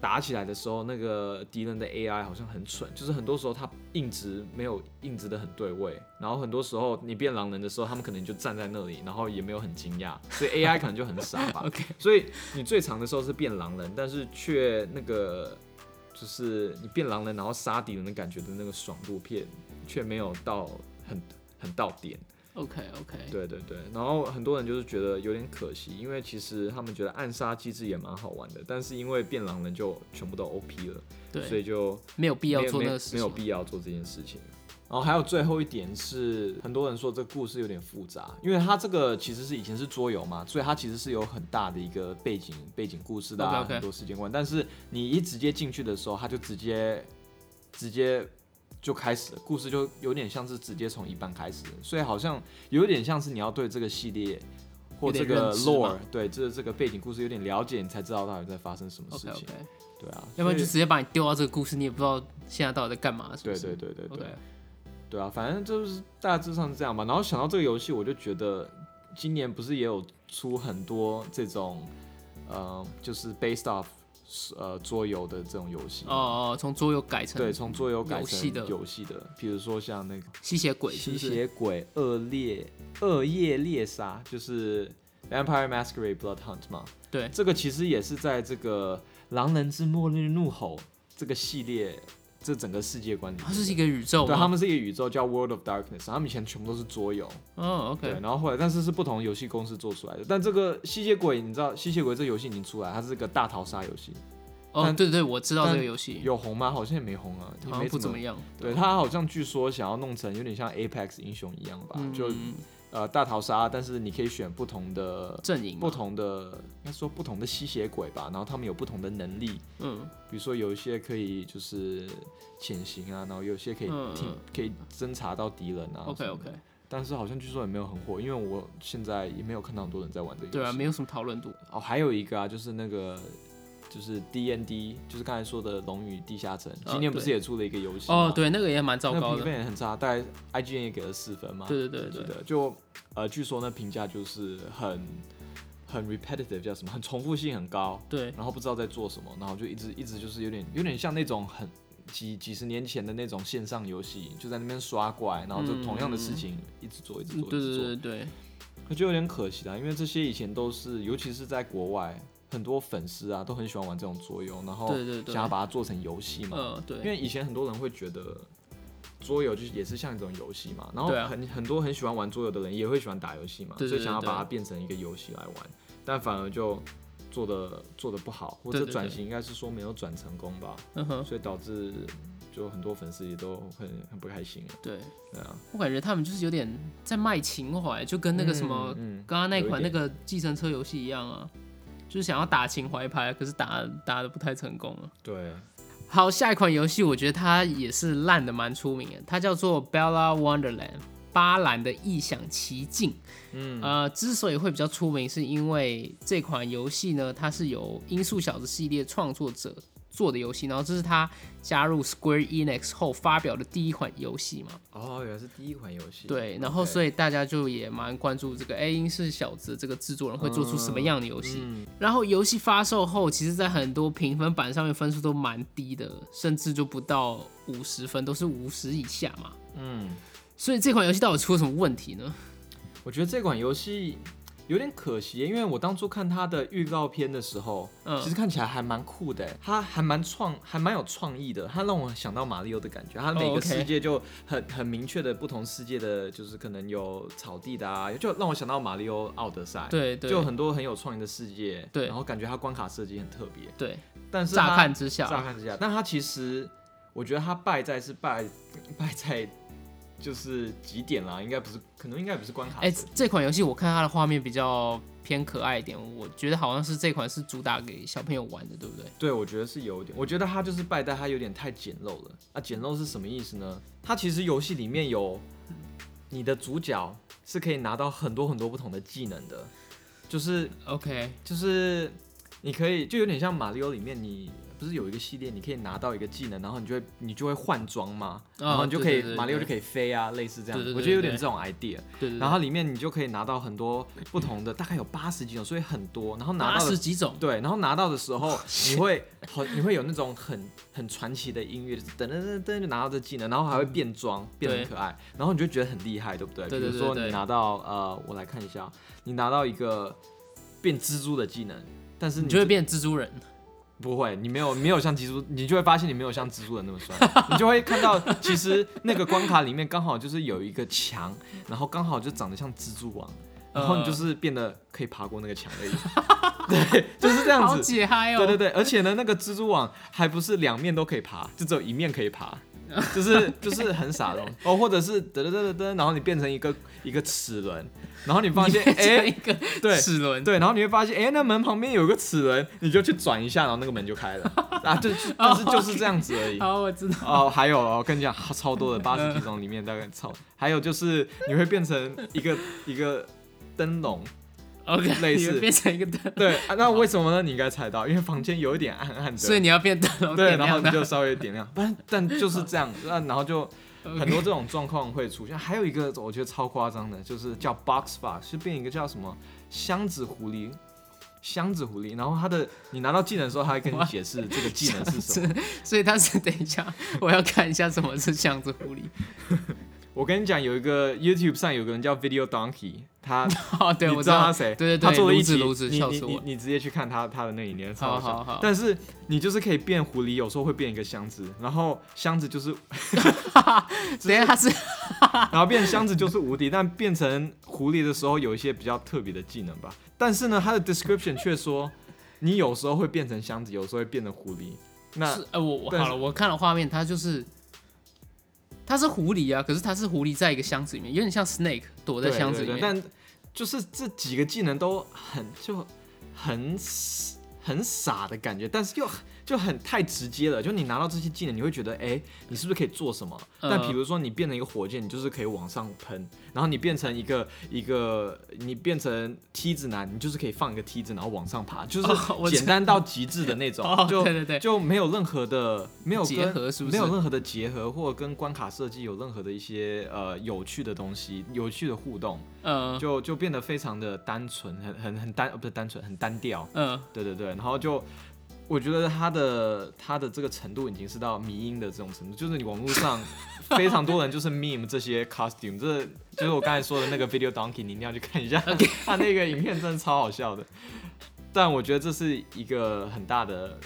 Speaker 2: 打起来的时候，那个敌人的 AI 好像很蠢，就是很多时候他硬直没有硬直的很对位，然后很多时候你变狼人的时候，他们可能就站在那里，然后也没有很惊讶，所以 AI 可能就很傻吧。
Speaker 1: OK，
Speaker 2: 所以你最长的时候是变狼人，但是却那个就是你变狼人然后杀敌人的感觉的那个爽度片，却没有到很很到点。
Speaker 1: OK OK，
Speaker 2: 对对对，然后很多人就是觉得有点可惜，因为其实他们觉得暗杀机制也蛮好玩的，但是因为变狼人就全部都 OP 了，所
Speaker 1: 对，
Speaker 2: 以就
Speaker 1: 没有必
Speaker 2: 没
Speaker 1: 要
Speaker 2: 有
Speaker 1: 做
Speaker 2: 没
Speaker 1: 那
Speaker 2: 有
Speaker 1: 个事
Speaker 2: 没有
Speaker 1: 情。
Speaker 2: 必要做这件事情。然后还有最后一点是，很多人说这个故事有点复杂，因为它这个其实是以前是桌游嘛，所以它其实是有很大的一个背景背景故事的、啊
Speaker 1: OK，OK
Speaker 2: 很多世界观。但是你一直接进去的时候，它就直接直接就开始了，故事就有点像是直接从一半开始，所以好像有点像是你要对这个系列或
Speaker 1: 有
Speaker 2: 这
Speaker 1: 点
Speaker 2: 个
Speaker 1: 认知
Speaker 2: lore
Speaker 1: 嘛
Speaker 2: 对这这个背景故事有点了解，你才知道到底在发生什么事
Speaker 1: OK
Speaker 2: 情。
Speaker 1: OK，
Speaker 2: 对啊，
Speaker 1: 要不然就
Speaker 2: 所以
Speaker 1: 直接把你丢到这个故事，你也不知道现在到底在干嘛，是不
Speaker 2: 对
Speaker 1: 是？
Speaker 2: 对对对对。
Speaker 1: OK，
Speaker 2: 对啊，反正就是大致上是这样吧。然后想到这个游戏，我就觉得今年不是也有出很多这种，呃，就是 based off 呃桌游的这种游戏
Speaker 1: 哦。哦，从桌游改成
Speaker 2: 对，从桌游改
Speaker 1: 游戏的
Speaker 2: 成游戏的，比如说像那个
Speaker 1: 吸血鬼，是
Speaker 2: 吸
Speaker 1: 不是？
Speaker 2: 血鬼恶劣恶夜猎杀，就是 Vampire Masquerade Blood Hunt 嘛。
Speaker 1: 对
Speaker 2: 这个其实也是在这个狼人之末日怒吼这个系列这整个世界观里面
Speaker 1: 它
Speaker 2: 的，
Speaker 1: 啊是一个宇宙
Speaker 2: 对，他
Speaker 1: 吗？
Speaker 2: 们是一个宇宙叫 World of Darkness，他们以前全部都是桌游，
Speaker 1: 哦
Speaker 2: 对，
Speaker 1: ，OK，
Speaker 2: 然后后来但是是不同游戏公司做出来的。但这个吸血鬼，你知道吸血鬼这游戏已经出来，它是个大逃杀游戏，
Speaker 1: 哦，
Speaker 2: 但
Speaker 1: 对对，我知道这个
Speaker 2: 但
Speaker 1: 游戏，
Speaker 2: 有红吗？好像也没红啊，也
Speaker 1: 嗯好像
Speaker 2: 没
Speaker 1: 不怎
Speaker 2: 么
Speaker 1: 么。样。
Speaker 2: 对他好像据说想要弄成有点像 Apex 英雄一样吧，就
Speaker 1: 嗯
Speaker 2: 呃大逃杀，但是你可以选不同的
Speaker 1: 阵营嘛啊
Speaker 2: 不，同的，应该说不同的吸血鬼吧，然后他们有不同的能力，
Speaker 1: 嗯，
Speaker 2: 比如说有一些可以就是潜行啊，然后有一些可以
Speaker 1: 嗯
Speaker 2: 听、
Speaker 1: 嗯
Speaker 2: 可以侦查到敌人啊什么的。
Speaker 1: OK OK，
Speaker 2: 但是好像据说也没有很火，因为我现在也没有看到很多人在玩这个游戏。
Speaker 1: 对啊，没有什么讨论度。
Speaker 2: 哦，还有一个啊，就是那个就是 D N D，就是刚才说的《龙与地下城》，
Speaker 1: 呃
Speaker 2: 今年不是也出了一个游戏
Speaker 1: 哦
Speaker 2: 吗，，
Speaker 1: 对，那个也蛮糟
Speaker 2: 那
Speaker 1: 糕
Speaker 2: 评
Speaker 1: 的。
Speaker 2: 分也很差，大概 I G N 也给了四分嘛。
Speaker 1: 对对对
Speaker 2: 记
Speaker 1: 对，
Speaker 2: 得就呃，据说那评价就是很很 repetitive，叫什么？很重复性很高，
Speaker 1: 对
Speaker 2: 然后不知道在做什么，然后就一直一直就是有点有点像那种很几几十年前的那种线上游戏，就在那边刷怪，然后就同样的事情一直做一直
Speaker 1: 嗯
Speaker 2: 做
Speaker 1: 对
Speaker 2: 一直
Speaker 1: 对对
Speaker 2: 做，
Speaker 1: 对，
Speaker 2: 我觉得有点可惜啦，因为这些以前都是，尤其是在国外，很多粉丝啊都很喜欢玩这种桌游，然后
Speaker 1: 嗯对对对
Speaker 2: 想要哦把它做成游戏嘛，
Speaker 1: 呃，对，
Speaker 2: 因为以前很多人会觉得桌游就是也是像一种游戏嘛，然后
Speaker 1: 对啊
Speaker 2: 很、很多很喜欢玩桌游的人也会喜欢打游戏嘛，
Speaker 1: 对对
Speaker 2: 所以想要
Speaker 1: 对
Speaker 2: 把它变成一个游戏来玩，但反而就做的做的不好，或
Speaker 1: 对
Speaker 2: 者
Speaker 1: 对
Speaker 2: 转
Speaker 1: 对
Speaker 2: 型应该是说没有转成功吧，
Speaker 1: 嗯哼，
Speaker 2: 所以导致就很多粉丝也都很很不开心啊，
Speaker 1: 对
Speaker 2: 对啊，
Speaker 1: 我感觉他们就是有点在卖情怀，就跟那个什么
Speaker 2: 嗯，嗯
Speaker 1: 刚刚那
Speaker 2: 有一
Speaker 1: 款那
Speaker 2: 点
Speaker 1: 个计程车游戏一样啊，就是想要打情怀牌，可是打打的不太成功啊。
Speaker 2: 嗯对，
Speaker 1: 好，下一款游戏我觉得它也是烂的蛮出名的，它叫做 Bella Wonderland。巴兰的异想奇境，
Speaker 2: 嗯
Speaker 1: 呃，之所以会比较出名，是因为这款游戏呢，它是由《音速小子》系列创作者做的游戏，然后这是他加入 Square Enix 后发表的第一款游戏嘛。
Speaker 2: 哦，原来是第一款游戏，
Speaker 1: 对，然后所
Speaker 2: 以
Speaker 1: 以大家就也蛮关注这个《哎英式小子》这个制作人会做出什
Speaker 2: 嗯
Speaker 1: 么样的游戏。然后游戏发售后，其实在很多评分板上面分数都蛮低的，甚至就不到五十分，都是五十以下嘛。
Speaker 2: 嗯。
Speaker 1: 所以这款游戏到底出了什么问题呢？
Speaker 2: 我觉得这款游戏有点可惜，因为我当初看它的预告片的时候，
Speaker 1: 嗯
Speaker 2: 其实看起来还蛮酷的，它还蛮创，还蛮有创意的，它让我想到马里奥的感觉，它每
Speaker 1: 哦
Speaker 2: 个
Speaker 1: ，OK
Speaker 2: 世界就很很明确的不同世界的，就是可能有草地的啊，就让我想到马里奥奥德赛。
Speaker 1: 对对
Speaker 2: 就很多很有创意的世界，
Speaker 1: 对
Speaker 2: 然后感觉它关卡设计很特别，
Speaker 1: 对，
Speaker 2: 但是它
Speaker 1: 乍看之
Speaker 2: 乍
Speaker 1: 下，
Speaker 2: 看之下，但它其实我觉得它败在是败败在就是几点啦，应该不是，可能应该不是关卡设
Speaker 1: 哎、
Speaker 2: 计，
Speaker 1: 这款游戏我看它的画面比较偏可爱一点，我觉得好像是这款是主打给小朋友玩的，对不对？
Speaker 2: 对，我觉得是有一点，我觉得它就是败在它有点太简陋了。啊，简陋是什么意思呢？它其实游戏里面有你的主角是可以拿到很多很多不同的技能的，就是
Speaker 1: OK，
Speaker 2: 就是你可以就有点像马里奥里面你。不是有一个系列，你可以拿到一个技能，然后你就会你就会换装吗？
Speaker 1: 哦
Speaker 2: 然后你就可以
Speaker 1: 对对对
Speaker 2: 马里奥就
Speaker 1: 对
Speaker 2: 可以飞啊，类似这样。
Speaker 1: 对对对
Speaker 2: 我觉得有
Speaker 1: 对
Speaker 2: 点这种 idea。
Speaker 1: 对对对，
Speaker 2: 然后它里面你就可以拿到很多不同的，大概有八十几种，所以很多。然后拿
Speaker 1: 八
Speaker 2: 到的
Speaker 1: 十几种，
Speaker 2: 对，然后拿到的时 候，你会很你会有那种很很传奇的音乐，就是噔噔噔噔就拿到这技能，然后还会变装，变得很可爱，然后你就觉得很厉害，对不对？
Speaker 1: 嗯对对
Speaker 2: 比
Speaker 1: 对
Speaker 2: 如说
Speaker 1: 对
Speaker 2: 你拿到呃，我来看一下，你拿到一个变蜘蛛的技能，但是
Speaker 1: 你
Speaker 2: 你
Speaker 1: 就会变蜘蛛人。
Speaker 2: 不会，你没有没有像蜘蛛，你就会发现你没有像蜘蛛人那么帅，你就会 看到其实那个关卡里面刚好就是有一个墙，然后刚好就长得像蜘蛛王。然后你
Speaker 1: 呃
Speaker 2: 就是变得可以爬过那个墙而已， 对，就是这样
Speaker 1: 好
Speaker 2: 子。
Speaker 1: 解嗨哦！
Speaker 2: 对对对，而且呢，那个蜘蛛网还不是两面都可以爬，就只有一面可 以爬，就是就是很傻的哦，或者是噔噔噔噔噔，然后你变成一个一个齿轮，然后你发现哎、
Speaker 1: 一个
Speaker 2: 对
Speaker 1: 齿轮，
Speaker 2: 对，然后你会发现哎、那门旁边有个齿轮，你就去转一下，然后那个门就 开了啊，对，就但是就是这样子而已。
Speaker 1: 好，我知道。
Speaker 2: 哦，还有哦，我跟你讲，超多的八十几种里面大概超，还有就是你会变成一个一个灯笼，
Speaker 1: OK，
Speaker 2: 类似
Speaker 1: 你们变成一个灯，
Speaker 2: 对、啊那为什么呢？你应该猜到，因为房间有一点暗暗的，
Speaker 1: 所以你要变灯笼
Speaker 2: 对，
Speaker 1: 点
Speaker 2: 然后
Speaker 1: 亮
Speaker 2: 你就
Speaker 1: 的。
Speaker 2: 稍微点亮，但 但就是这样，那然后就
Speaker 1: OK
Speaker 2: 很多这种状况会出现。还有一个我觉得超夸张的，就是叫 box box，是变一个叫什么箱子狐狸，箱子狐狸。然后它的你拿到技能的时候，它会跟你解释这个技能是什么。
Speaker 1: 是， 所以他是等一下，我要看一下什么是巷子狐狸。
Speaker 2: 我跟你讲，有一个 YouTube 上有个人叫 Video Donkey，他
Speaker 1: 哦， 对，
Speaker 2: 你
Speaker 1: 我
Speaker 2: 知道他谁？
Speaker 1: 对对对，
Speaker 2: 他做了一
Speaker 1: 炉子炉子，
Speaker 2: 集，你
Speaker 1: 笑
Speaker 2: 你
Speaker 1: 死
Speaker 2: 你
Speaker 1: 我。
Speaker 2: 你直接去看他他的那影片，超
Speaker 1: 好
Speaker 2: 笑
Speaker 1: 好好
Speaker 2: 但是你就是可以变狐狸，有时候会变一个箱子，然后箱子就是
Speaker 1: 等一下他是
Speaker 2: 然后变箱子就是无敌，但变成狐狸的时候有一些比较特别的技能吧。但是呢，它的 description 却说，你有时候会变成箱子，有时候会变成狐狸。那
Speaker 1: 是，呃，我我
Speaker 2: 但是
Speaker 1: 好了，我看了画面，他就是。他是狐狸啊，可是他是狐狸在一个箱子里面，有点像 Snake 躲在
Speaker 2: 对
Speaker 1: 箱子
Speaker 2: 对
Speaker 1: 里面。
Speaker 2: 对但就是这几个技能都很就很很傻的感觉，但是又就很太直接了。就你拿到这些技能，你会觉得，哎、你是不是可以做什么？
Speaker 1: 呃
Speaker 2: 但比如说你变成一个火箭，你就是可以往上喷；然后你变成一个一个，你变成梯子男，你就是可以放一个梯子，然后往上爬，就
Speaker 1: 哦我
Speaker 2: 是
Speaker 1: 知
Speaker 2: 简单到极致的那种。
Speaker 1: 哦
Speaker 2: 就
Speaker 1: 对对对
Speaker 2: 就没有任何的没有跟
Speaker 1: 结合是不是
Speaker 2: 没有任何的结合，或者跟关卡设计有任何的一些呃有趣的东西、有趣的互动，
Speaker 1: 呃
Speaker 2: 就就变得非常的单纯，很很很单，呃不是单纯，很单调。
Speaker 1: 呃，
Speaker 2: 对对对，然后就我觉得他的他的这个程度已经是到迷音的这种程度，就是你网络上非常多人就是 meme 这些 costume，这就是我刚才说的那个 video donkey，你一定要去 看一下 他那个影片真的超好笑的。但我觉得这是一个很大的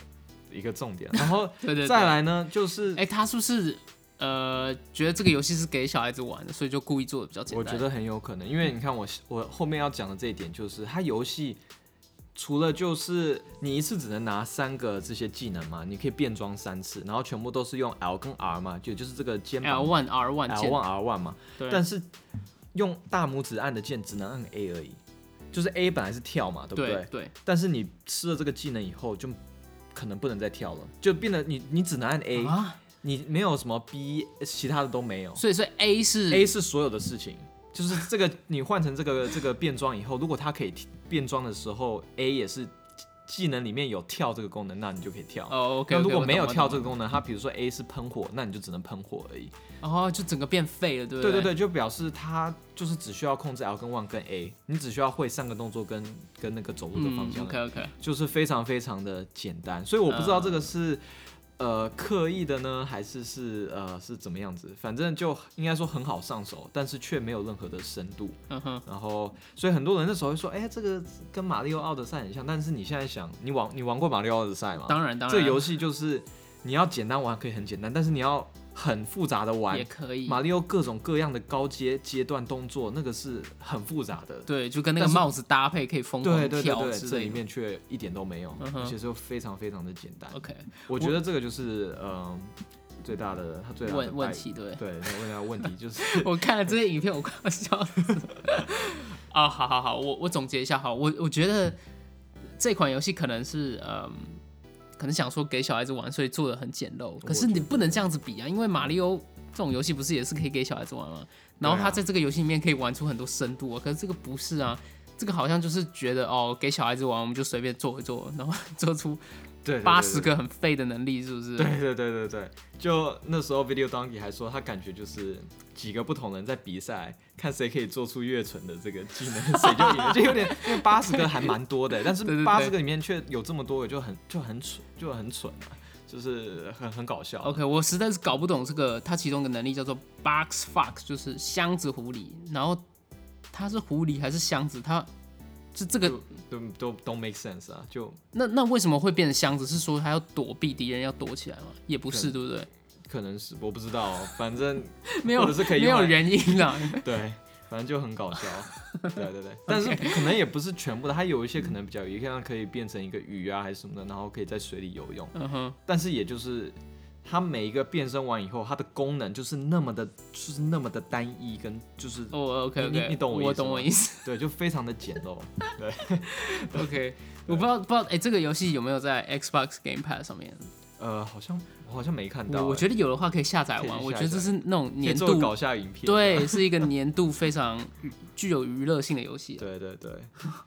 Speaker 2: 一个重点，然后
Speaker 1: 对对对
Speaker 2: 再来呢，就是
Speaker 1: 哎、他是不是呃觉得这个游戏是给小孩子玩的，所以就故意做的比较简
Speaker 2: 我
Speaker 1: 单？
Speaker 2: 觉得很有可能，因为你看我我后面要讲的这一点就是，它游戏除了就是你一次只能拿三个这些技能嘛，你可以变装三次，然后全部都是用 L 跟 R 嘛，就就是这个肩
Speaker 1: L
Speaker 2: 膀
Speaker 1: one R one
Speaker 2: L
Speaker 1: 键
Speaker 2: one R one 嘛，
Speaker 1: 对，
Speaker 2: 但是用大拇指按的键只能按 A 而已，就是 A 本来是跳嘛，对不
Speaker 1: 对对
Speaker 2: 但是你吃了这个技能以后就。可能不能再跳了，就变得你你只能按 A，、
Speaker 1: 啊，
Speaker 2: 你没有什么 B，其他的都没有。
Speaker 1: 所以所以 A 是
Speaker 2: A 是所有的事情，就是这个你换成这个这个变装以后，如果它可以变装的时候，A 也是技能里面有跳这个功能，那你就可以跳。
Speaker 1: 哦 OK，
Speaker 2: 那如果没有跳这
Speaker 1: 这，
Speaker 2: 个功能，它比如说 A 是喷火，那你就只能喷火而已。
Speaker 1: 哦就整个变废了，对不
Speaker 2: 对对
Speaker 1: 对
Speaker 2: 对，就表示它就是只需要控制 L 跟 one 跟 A，你只需要会三个动作跟跟那个走路的方
Speaker 1: 嗯
Speaker 2: 向，
Speaker 1: ，OK OK，
Speaker 2: 就是非常非常的简单。所以我不知道这
Speaker 1: 嗯
Speaker 2: 个是、呃刻意的呢，还是是呃是怎么样子，反正就应该说很好上手，但是却没有任何的深度。
Speaker 1: 嗯哼，
Speaker 2: 然后，所以很多人那时候会说，哎、这个跟《马里奥奥德赛》很像，但是你现在想，你玩你玩过《马里奥奥德赛》吗？
Speaker 1: 当然当然，
Speaker 2: 这个游戏就是你要简单玩可以很简单，但是你要很复杂的玩
Speaker 1: 也。可以，
Speaker 2: 马里奥各种各样的高阶阶段动作，那个是很复杂的。
Speaker 1: 对，就跟那个
Speaker 2: 但是
Speaker 1: 帽子搭配可以疯
Speaker 2: 对
Speaker 1: 狂
Speaker 2: 对对
Speaker 1: 跳
Speaker 2: 对，
Speaker 1: 之
Speaker 2: 这
Speaker 1: 类
Speaker 2: 里
Speaker 1: 的。
Speaker 2: 面却一点都没有，
Speaker 1: 嗯哼呃
Speaker 2: 而且就非常非常的简单。
Speaker 1: OK，
Speaker 2: 我觉得这个就是嗯最大的它最大的
Speaker 1: 问问
Speaker 2: 败
Speaker 1: 题对。
Speaker 2: 对问他问题就是
Speaker 1: 我看了这些影片，我快要笑死了。 啊，好好好，我我总结一下，好，我我觉得这款游戏可能是嗯，可能想说给小孩子玩，所以做的很简陋。可是
Speaker 2: 我觉
Speaker 1: 你
Speaker 2: 得
Speaker 1: 不能这样子比啊，因为马里奥这种游戏不是也是可以给小孩子玩吗？然后
Speaker 2: 对啊
Speaker 1: 他在这个游戏里面可以玩出很多深度啊，可是这个不是啊。这个好像就是觉得哦，给小孩子玩，我们就随便做一做，然后 做出
Speaker 2: 对对
Speaker 1: 八十
Speaker 2: 对
Speaker 1: 个很废的能力，是不是？
Speaker 2: 对对对对对，就那时候 Video Donkey 还说他感觉就是几个不同人在比赛，看谁可以做出越蠢的这个技能，谁就赢了，就有点因为八十个还蛮多的，但
Speaker 1: 对对
Speaker 2: 是
Speaker 1: 对
Speaker 2: 八十个里面却有这么多个就很就很蠢就很蠢啊，就是很很搞笑。
Speaker 1: OK，我实在是搞不懂这个，它其中一个能力叫做 Box Fox，就是箱子狐狸。然后它是狐狸还是箱子？它是这个
Speaker 2: 就都都都 make sense 啊，就
Speaker 1: 那那为什么会变成箱子？是说它要躲避敌人，要躲起来吗？也不是，对不 对？
Speaker 2: 可能是我不知道，哦反正
Speaker 1: 没有
Speaker 2: 或者是可以
Speaker 1: 没
Speaker 2: 用
Speaker 1: 有
Speaker 2: 来
Speaker 1: 原因 啊。
Speaker 2: 对，反正就很 搞笑。对啊对对，但是可能也不是全部的，它有一些可
Speaker 1: 嗯
Speaker 2: 能比较有一些可以变成一个鱼啊还是什么的，然后可以在水里游泳。
Speaker 1: 嗯哼，
Speaker 2: 但是也就是它每一个变身完以后，它的功能就是那么的，就是那么的单一，跟就是、
Speaker 1: 哦、o k
Speaker 2: 你
Speaker 1: OK，
Speaker 2: 你你懂我意思吗
Speaker 1: 我懂我意思。
Speaker 2: 对，就非常的简陋。
Speaker 1: OK，我不知道不知道，哎、这个游戏有没有在 Xbox Game Pass 上面？
Speaker 2: 呃，好像我好像没看到、
Speaker 1: 我我觉
Speaker 2: 得
Speaker 1: 得有的话可以下载
Speaker 2: 可以
Speaker 1: 玩。
Speaker 2: 去
Speaker 1: 我
Speaker 2: 下
Speaker 1: 觉得这
Speaker 2: 载
Speaker 1: 是那种年
Speaker 2: 做
Speaker 1: 度
Speaker 2: 个搞笑影片。
Speaker 1: 对，是一个年度非常具有娱乐性的游戏。
Speaker 2: 对对对，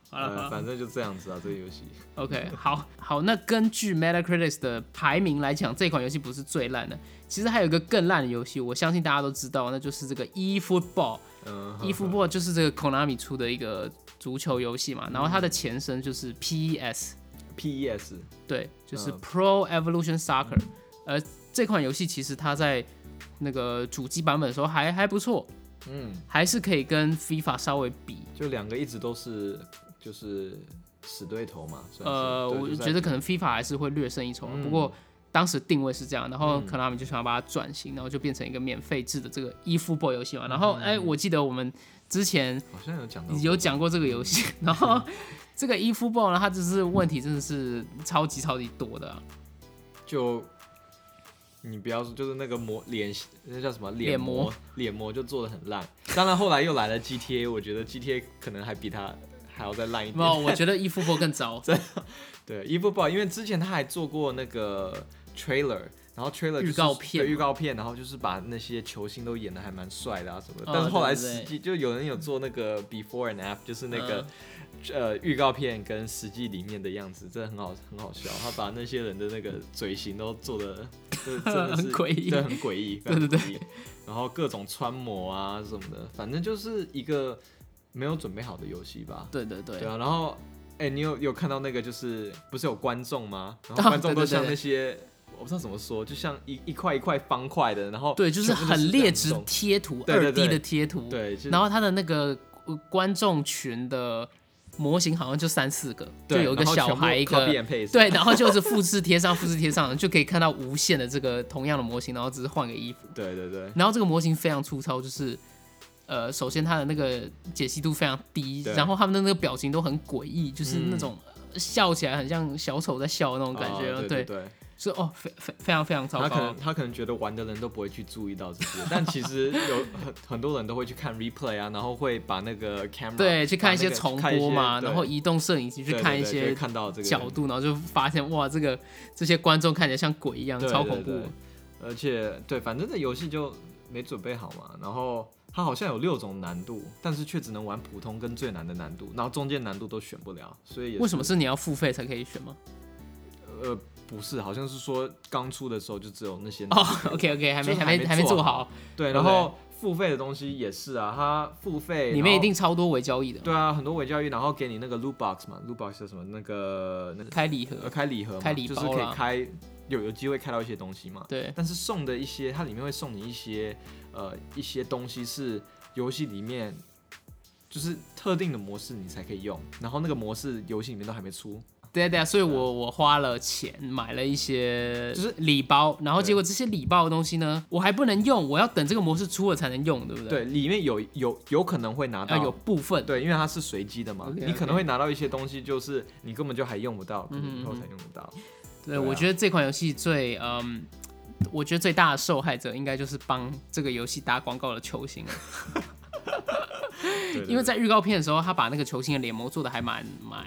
Speaker 1: 好了好
Speaker 2: 呃，
Speaker 1: 了。
Speaker 2: 反正就这样子啊，这个游戏。
Speaker 1: OK，好好，那根据 Metacritic 的排名来讲，这款游戏不是最烂的，其实还有一个更烂的游戏，我相信大家都知道，那就是这个 E eFootball。
Speaker 2: 嗯，
Speaker 1: eFootball 就是这个 Konami 出的一个足球游戏嘛，然后它的前身就是 PES，
Speaker 2: PES
Speaker 1: 对，就是
Speaker 2: 嗯
Speaker 1: Pro Evolution Soccer。呃，这款游戏其实它在那个主机版本的时候还还不错，
Speaker 2: 嗯，
Speaker 1: 还是可以跟 FIFA 稍微比。
Speaker 2: 就两个一直都是就是死对头嘛。算是
Speaker 1: 呃，
Speaker 2: 对
Speaker 1: 我
Speaker 2: 就是在
Speaker 1: 觉得可能 FIFA 还是会略胜一筹啊、
Speaker 2: 嗯
Speaker 1: 不过当时定位是这样，然后
Speaker 2: 嗯
Speaker 1: Konami 就想要把它转型，然后就变成一个免费制的这个 eFootball 游
Speaker 2: 嗯
Speaker 1: 戏嘛。然后，哎、我记得我们之前
Speaker 2: 好像有讲到过
Speaker 1: 有讲过这个游戏， 然
Speaker 2: 嗯
Speaker 1: 后这个 eFootball 呢，它只是问题真的是超级超级多的啊、
Speaker 2: 就你不要说，就是那个膜脸，那叫什么
Speaker 1: 脸膜
Speaker 2: 膜？脸膜就做的很烂。当然后来又来了 GTA，我觉得 GTA 可能还比它还要再烂一
Speaker 1: 没有，
Speaker 2: 点。
Speaker 1: 我觉得伊夫伯更 糟。
Speaker 2: 对，伊夫鲍，因为之前他还做过那个 trailer，然后 trailer 就是
Speaker 1: 预告片
Speaker 2: 对
Speaker 1: 嘛
Speaker 2: 预告片，然后就是把那些球星都演的还蛮帅的啊什么
Speaker 1: 哦
Speaker 2: 的。但是后来
Speaker 1: 对对对
Speaker 2: 实际就有人有做那个 before and after，就是那个
Speaker 1: 嗯、
Speaker 2: 呃预告片跟实际里面的样子，真的很好很好笑。他把那些人的那个嘴型都做 的，真的是
Speaker 1: 很诡异
Speaker 2: 对，很诡异，
Speaker 1: 对对对
Speaker 2: 非常诡异。然后各种穿模啊什么的，反正就是一个没有准备好的游戏吧。
Speaker 1: 对对对
Speaker 2: 对，啊，然后哎、你有有看到那个就是不是有观众吗？然
Speaker 1: 啊
Speaker 2: 后观众
Speaker 1: 对对
Speaker 2: 都像
Speaker 1: 对
Speaker 2: 那些、我不知道怎么说，就像一一块一块方块的，然后
Speaker 1: 对，就是
Speaker 2: 全部都
Speaker 1: 很
Speaker 2: 这
Speaker 1: 劣
Speaker 2: 样
Speaker 1: 质
Speaker 2: 弄
Speaker 1: 贴图，
Speaker 2: 对
Speaker 1: 二
Speaker 2: 对
Speaker 1: D
Speaker 2: 对
Speaker 1: 的贴图。
Speaker 2: 对，就是
Speaker 1: 然后他的那个呃观众群的模型好像就三四个，就
Speaker 2: 对
Speaker 1: 有一个
Speaker 2: 然后
Speaker 1: 小
Speaker 2: 全部
Speaker 1: 孩，一个
Speaker 2: copy and paste
Speaker 1: 对，然后就是复制贴上，复制贴上，就可以看到无限的这个同样的模型，然后只是换个衣服。
Speaker 2: 对对对
Speaker 1: 然后这个模型非常粗糙，就是呃，首先它的那个解析度非常低，
Speaker 2: 对
Speaker 1: 然后他们的那个表情都很诡异，就是那
Speaker 2: 嗯
Speaker 1: 种、呃笑起来很像小丑在笑的那种感觉，
Speaker 2: 哦对对。
Speaker 1: 是哦，非非非常非常糟
Speaker 2: 他可
Speaker 1: 糕
Speaker 2: 能。他可能觉得玩的人都不会去注意到这些，但其 实有很很多人都会去看 replay 啊，然后会把那个 camera
Speaker 1: 对，去看一些
Speaker 2: 把那个
Speaker 1: 重
Speaker 2: 看一
Speaker 1: 播
Speaker 2: 些
Speaker 1: 嘛，
Speaker 2: 对
Speaker 1: 然后移动摄影机去
Speaker 2: 对对
Speaker 1: 看一
Speaker 2: 对就
Speaker 1: 些
Speaker 2: 会看到这个
Speaker 1: 角度，然后就发现哇，这个这些观众看起来像鬼一样，
Speaker 2: 对
Speaker 1: 超恐怖
Speaker 2: 对。对而且对，反正这游戏就没准备好嘛，然后它好像有六种难度，但是却只能玩普通跟最难的难度，然后中间难度都选不了，所以也
Speaker 1: 为什么
Speaker 2: 是
Speaker 1: 是你要付费才可以选吗？
Speaker 2: 呃不是，好像是说刚出的时候就只有那些 难
Speaker 1: 哦
Speaker 2: 度、
Speaker 1: ，OK OK，还没
Speaker 2: 就是
Speaker 1: 没
Speaker 2: 还没
Speaker 1: 还没
Speaker 2: 做
Speaker 1: 做
Speaker 2: 好
Speaker 1: 好，
Speaker 2: 对，然后付费的东西也是啊，它付费
Speaker 1: 里
Speaker 2: 然
Speaker 1: 面
Speaker 2: 后
Speaker 1: 一定超多伪交易的，
Speaker 2: 对啊，很多伪教育，然后给你那个 loot box 嘛，loot box 是什么那个那
Speaker 1: 开礼盒
Speaker 2: 呃，开礼盒嘛，
Speaker 1: 开礼
Speaker 2: 就是
Speaker 1: 包
Speaker 2: 可
Speaker 1: 啦
Speaker 2: 以开有有机会开到一些东西嘛，
Speaker 1: 对，
Speaker 2: 但是送的一些，它里面会送你一些呃一些东西是游戏里面就是特定的模式你才可以用，然后那个模式游戏里面都还没出，
Speaker 1: 对啊对啊，所以我我花了钱买了一些
Speaker 2: 就是
Speaker 1: 礼包，然后
Speaker 2: 对
Speaker 1: 结果这些礼包的东西呢，我还不能用，我要等这个模式出了才能用，对不对？
Speaker 2: 对，里面有有有可能会拿
Speaker 1: 要
Speaker 2: 到
Speaker 1: 有部分，
Speaker 2: 对，因为它是随机的嘛
Speaker 1: OK，
Speaker 2: 你
Speaker 1: OK
Speaker 2: 可能会拿到一些东西，就是你根本就还用不到，可能以后才用得到。
Speaker 1: 对，
Speaker 2: 对啊
Speaker 1: 我觉得这款游戏最嗯。我觉得最大的受害者应该就是帮这个游戏打广告的球星了，
Speaker 2: 对对
Speaker 1: 因为在预告片的时候，他把那个球星的脸模做的还蛮蛮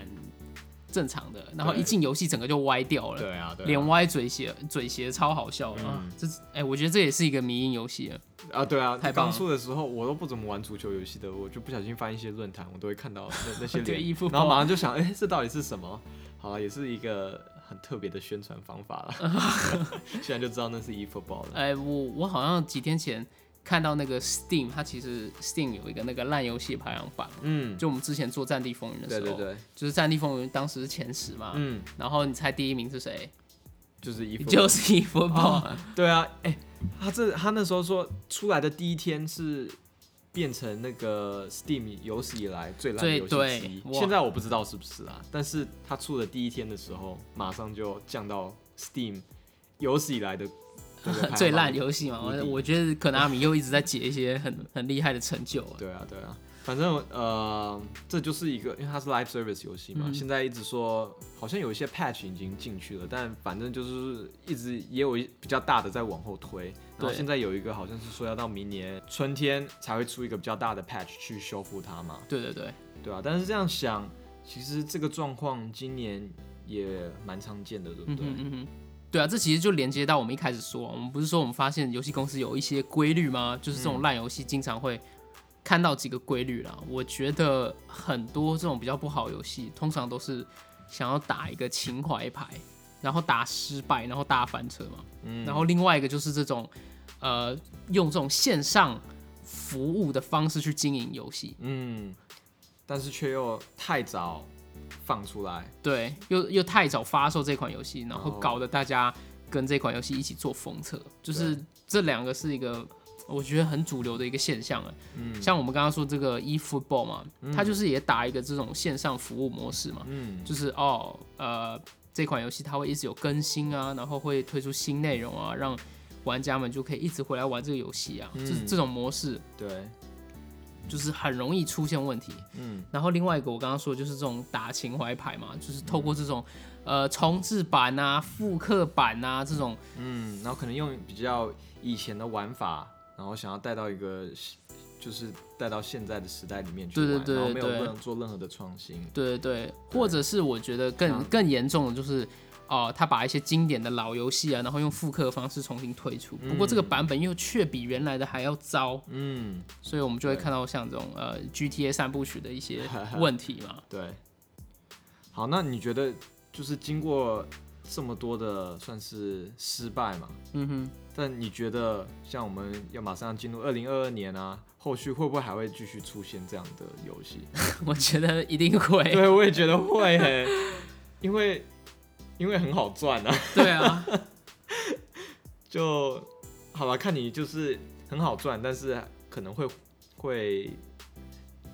Speaker 1: 正常的，然后一进游戏整个就歪掉了，
Speaker 2: 对啊，对啊
Speaker 1: 脸歪嘴斜，嘴斜超好笑
Speaker 2: 嗯
Speaker 1: 啊！这哎、我觉得这也是一个迷因游戏了。
Speaker 2: 啊，对啊，
Speaker 1: 太棒了
Speaker 2: 刚出的时候我都不怎么玩足球游戏的，我就不小心翻一些论坛，我都会看到那那 些
Speaker 1: 对一
Speaker 2: 脸
Speaker 1: 副，
Speaker 2: 然后
Speaker 1: 包
Speaker 2: 马上就想，哎、这到底是什么？好了，也是一个很特别的宣传方法了。 现在就知道那是 eFootball 了。
Speaker 1: 哎、我我好像几天前看到那个 Steam，它其实 Steam 有一个那个烂游戏排行榜，
Speaker 2: 嗯，
Speaker 1: 就我们之前做《战地风云》的时
Speaker 2: 对
Speaker 1: 候，
Speaker 2: 对对，
Speaker 1: 就是《哦战地风云》当时是前十嘛，
Speaker 2: 嗯，
Speaker 1: 然后你猜第一名是谁？
Speaker 2: 就是 eFootball。
Speaker 1: 就是 e f o o b a l
Speaker 2: 对啊，哎、他这他那时候说出来的第一天是。变成那个 Steam 有史以来最烂的
Speaker 1: 最
Speaker 2: 游戏
Speaker 1: 对
Speaker 2: 之一。
Speaker 1: 哇
Speaker 2: 现在我不知道是不是啊，但是他出的第一天的时候，马上就降到 Steam 有史以来的这个排行 榜 E
Speaker 1: 最烂游戏嘛。
Speaker 2: 无敌
Speaker 1: 我我觉得可纳米又一直在解一些很很厉害的成就啊。
Speaker 2: 对啊，对啊，反正呃，这就是一个，因为它是 live service 游戏嘛，
Speaker 1: 嗯
Speaker 2: 现在一直说好像有一些 patch 已经进去了，但反正就是一直也有一比较大的在往后推，然后
Speaker 1: 对
Speaker 2: 现在有一个好像是说要到明年春天才会出一个比较大的 patch 去修复它嘛，
Speaker 1: 对对对，
Speaker 2: 对啊，但是这样想，其实这个状况今年也蛮常见的，对不
Speaker 1: 嗯
Speaker 2: 对？
Speaker 1: 哼嗯哼。对啊，这其实就连接到我们一开始说，啊我们不是说我们发现游戏公司有一些规律吗？就是这
Speaker 2: 嗯
Speaker 1: 种烂游戏经常会看到几个规律啦。我觉得很多这种比较不好的游戏，通常都是想要打一个情怀牌，然后打失败，然后大翻车嘛。
Speaker 2: 嗯
Speaker 1: 然后另外一个就是这种，呃，用这种线上服务的方式去经营游戏，
Speaker 2: 嗯，但是却又太早放出来，
Speaker 1: 对，又又太早发售这款游戏，然后
Speaker 2: 哦
Speaker 1: 搞得大家跟这款游戏一起做封测，就是这两个是一个我觉得很主流的一个现象了。
Speaker 2: 嗯
Speaker 1: 像我们刚刚说这个 eFootball 嘛，它就是也打一个这种线上服务模式嘛，
Speaker 2: 嗯，
Speaker 1: 就是哦，呃，这款游戏它会一直有更新啊，然后会推出新内容啊，让玩家们就可以一直回来玩这个游戏啊，这
Speaker 2: 嗯
Speaker 1: 这种模式
Speaker 2: 对，
Speaker 1: 就是很容易出现问题。
Speaker 2: 嗯。
Speaker 1: 然后另外一个我刚刚说的就是这种打情怀牌嘛，就是透过这种
Speaker 2: 嗯
Speaker 1: 呃重置版啊、复刻版啊这种，
Speaker 2: 嗯，然后可能用比较以前的玩法，然后想要带到一个新就是带到现在的时代里面去
Speaker 1: 对对
Speaker 2: 玩
Speaker 1: 对
Speaker 2: 然后没有
Speaker 1: 对
Speaker 2: 任做任何的创新。
Speaker 1: 对对对，或者是我觉得更
Speaker 2: 像
Speaker 1: 更严重的就是，哦、他把一些经典的老游戏啊，然后用复刻的方式重新推出，不过这个版本又却比原来的还要糟，
Speaker 2: 嗯，
Speaker 1: 所以我们就会
Speaker 2: 对
Speaker 1: 看到像这种呃 GTA 三部曲的一些问题嘛。
Speaker 2: 对。好，那你觉得就是经过这么多的算是失败嘛？
Speaker 1: 嗯哼，
Speaker 2: 但你觉得像我们要马上进入二零二二年啊，后续会不会还会继续出现这样的游戏？
Speaker 1: 我觉得一定会。
Speaker 2: 对，我也觉得会、欸，因为因为很好赚啊，
Speaker 1: 对啊，
Speaker 2: 就好了，看你就是很好赚，但是可能会会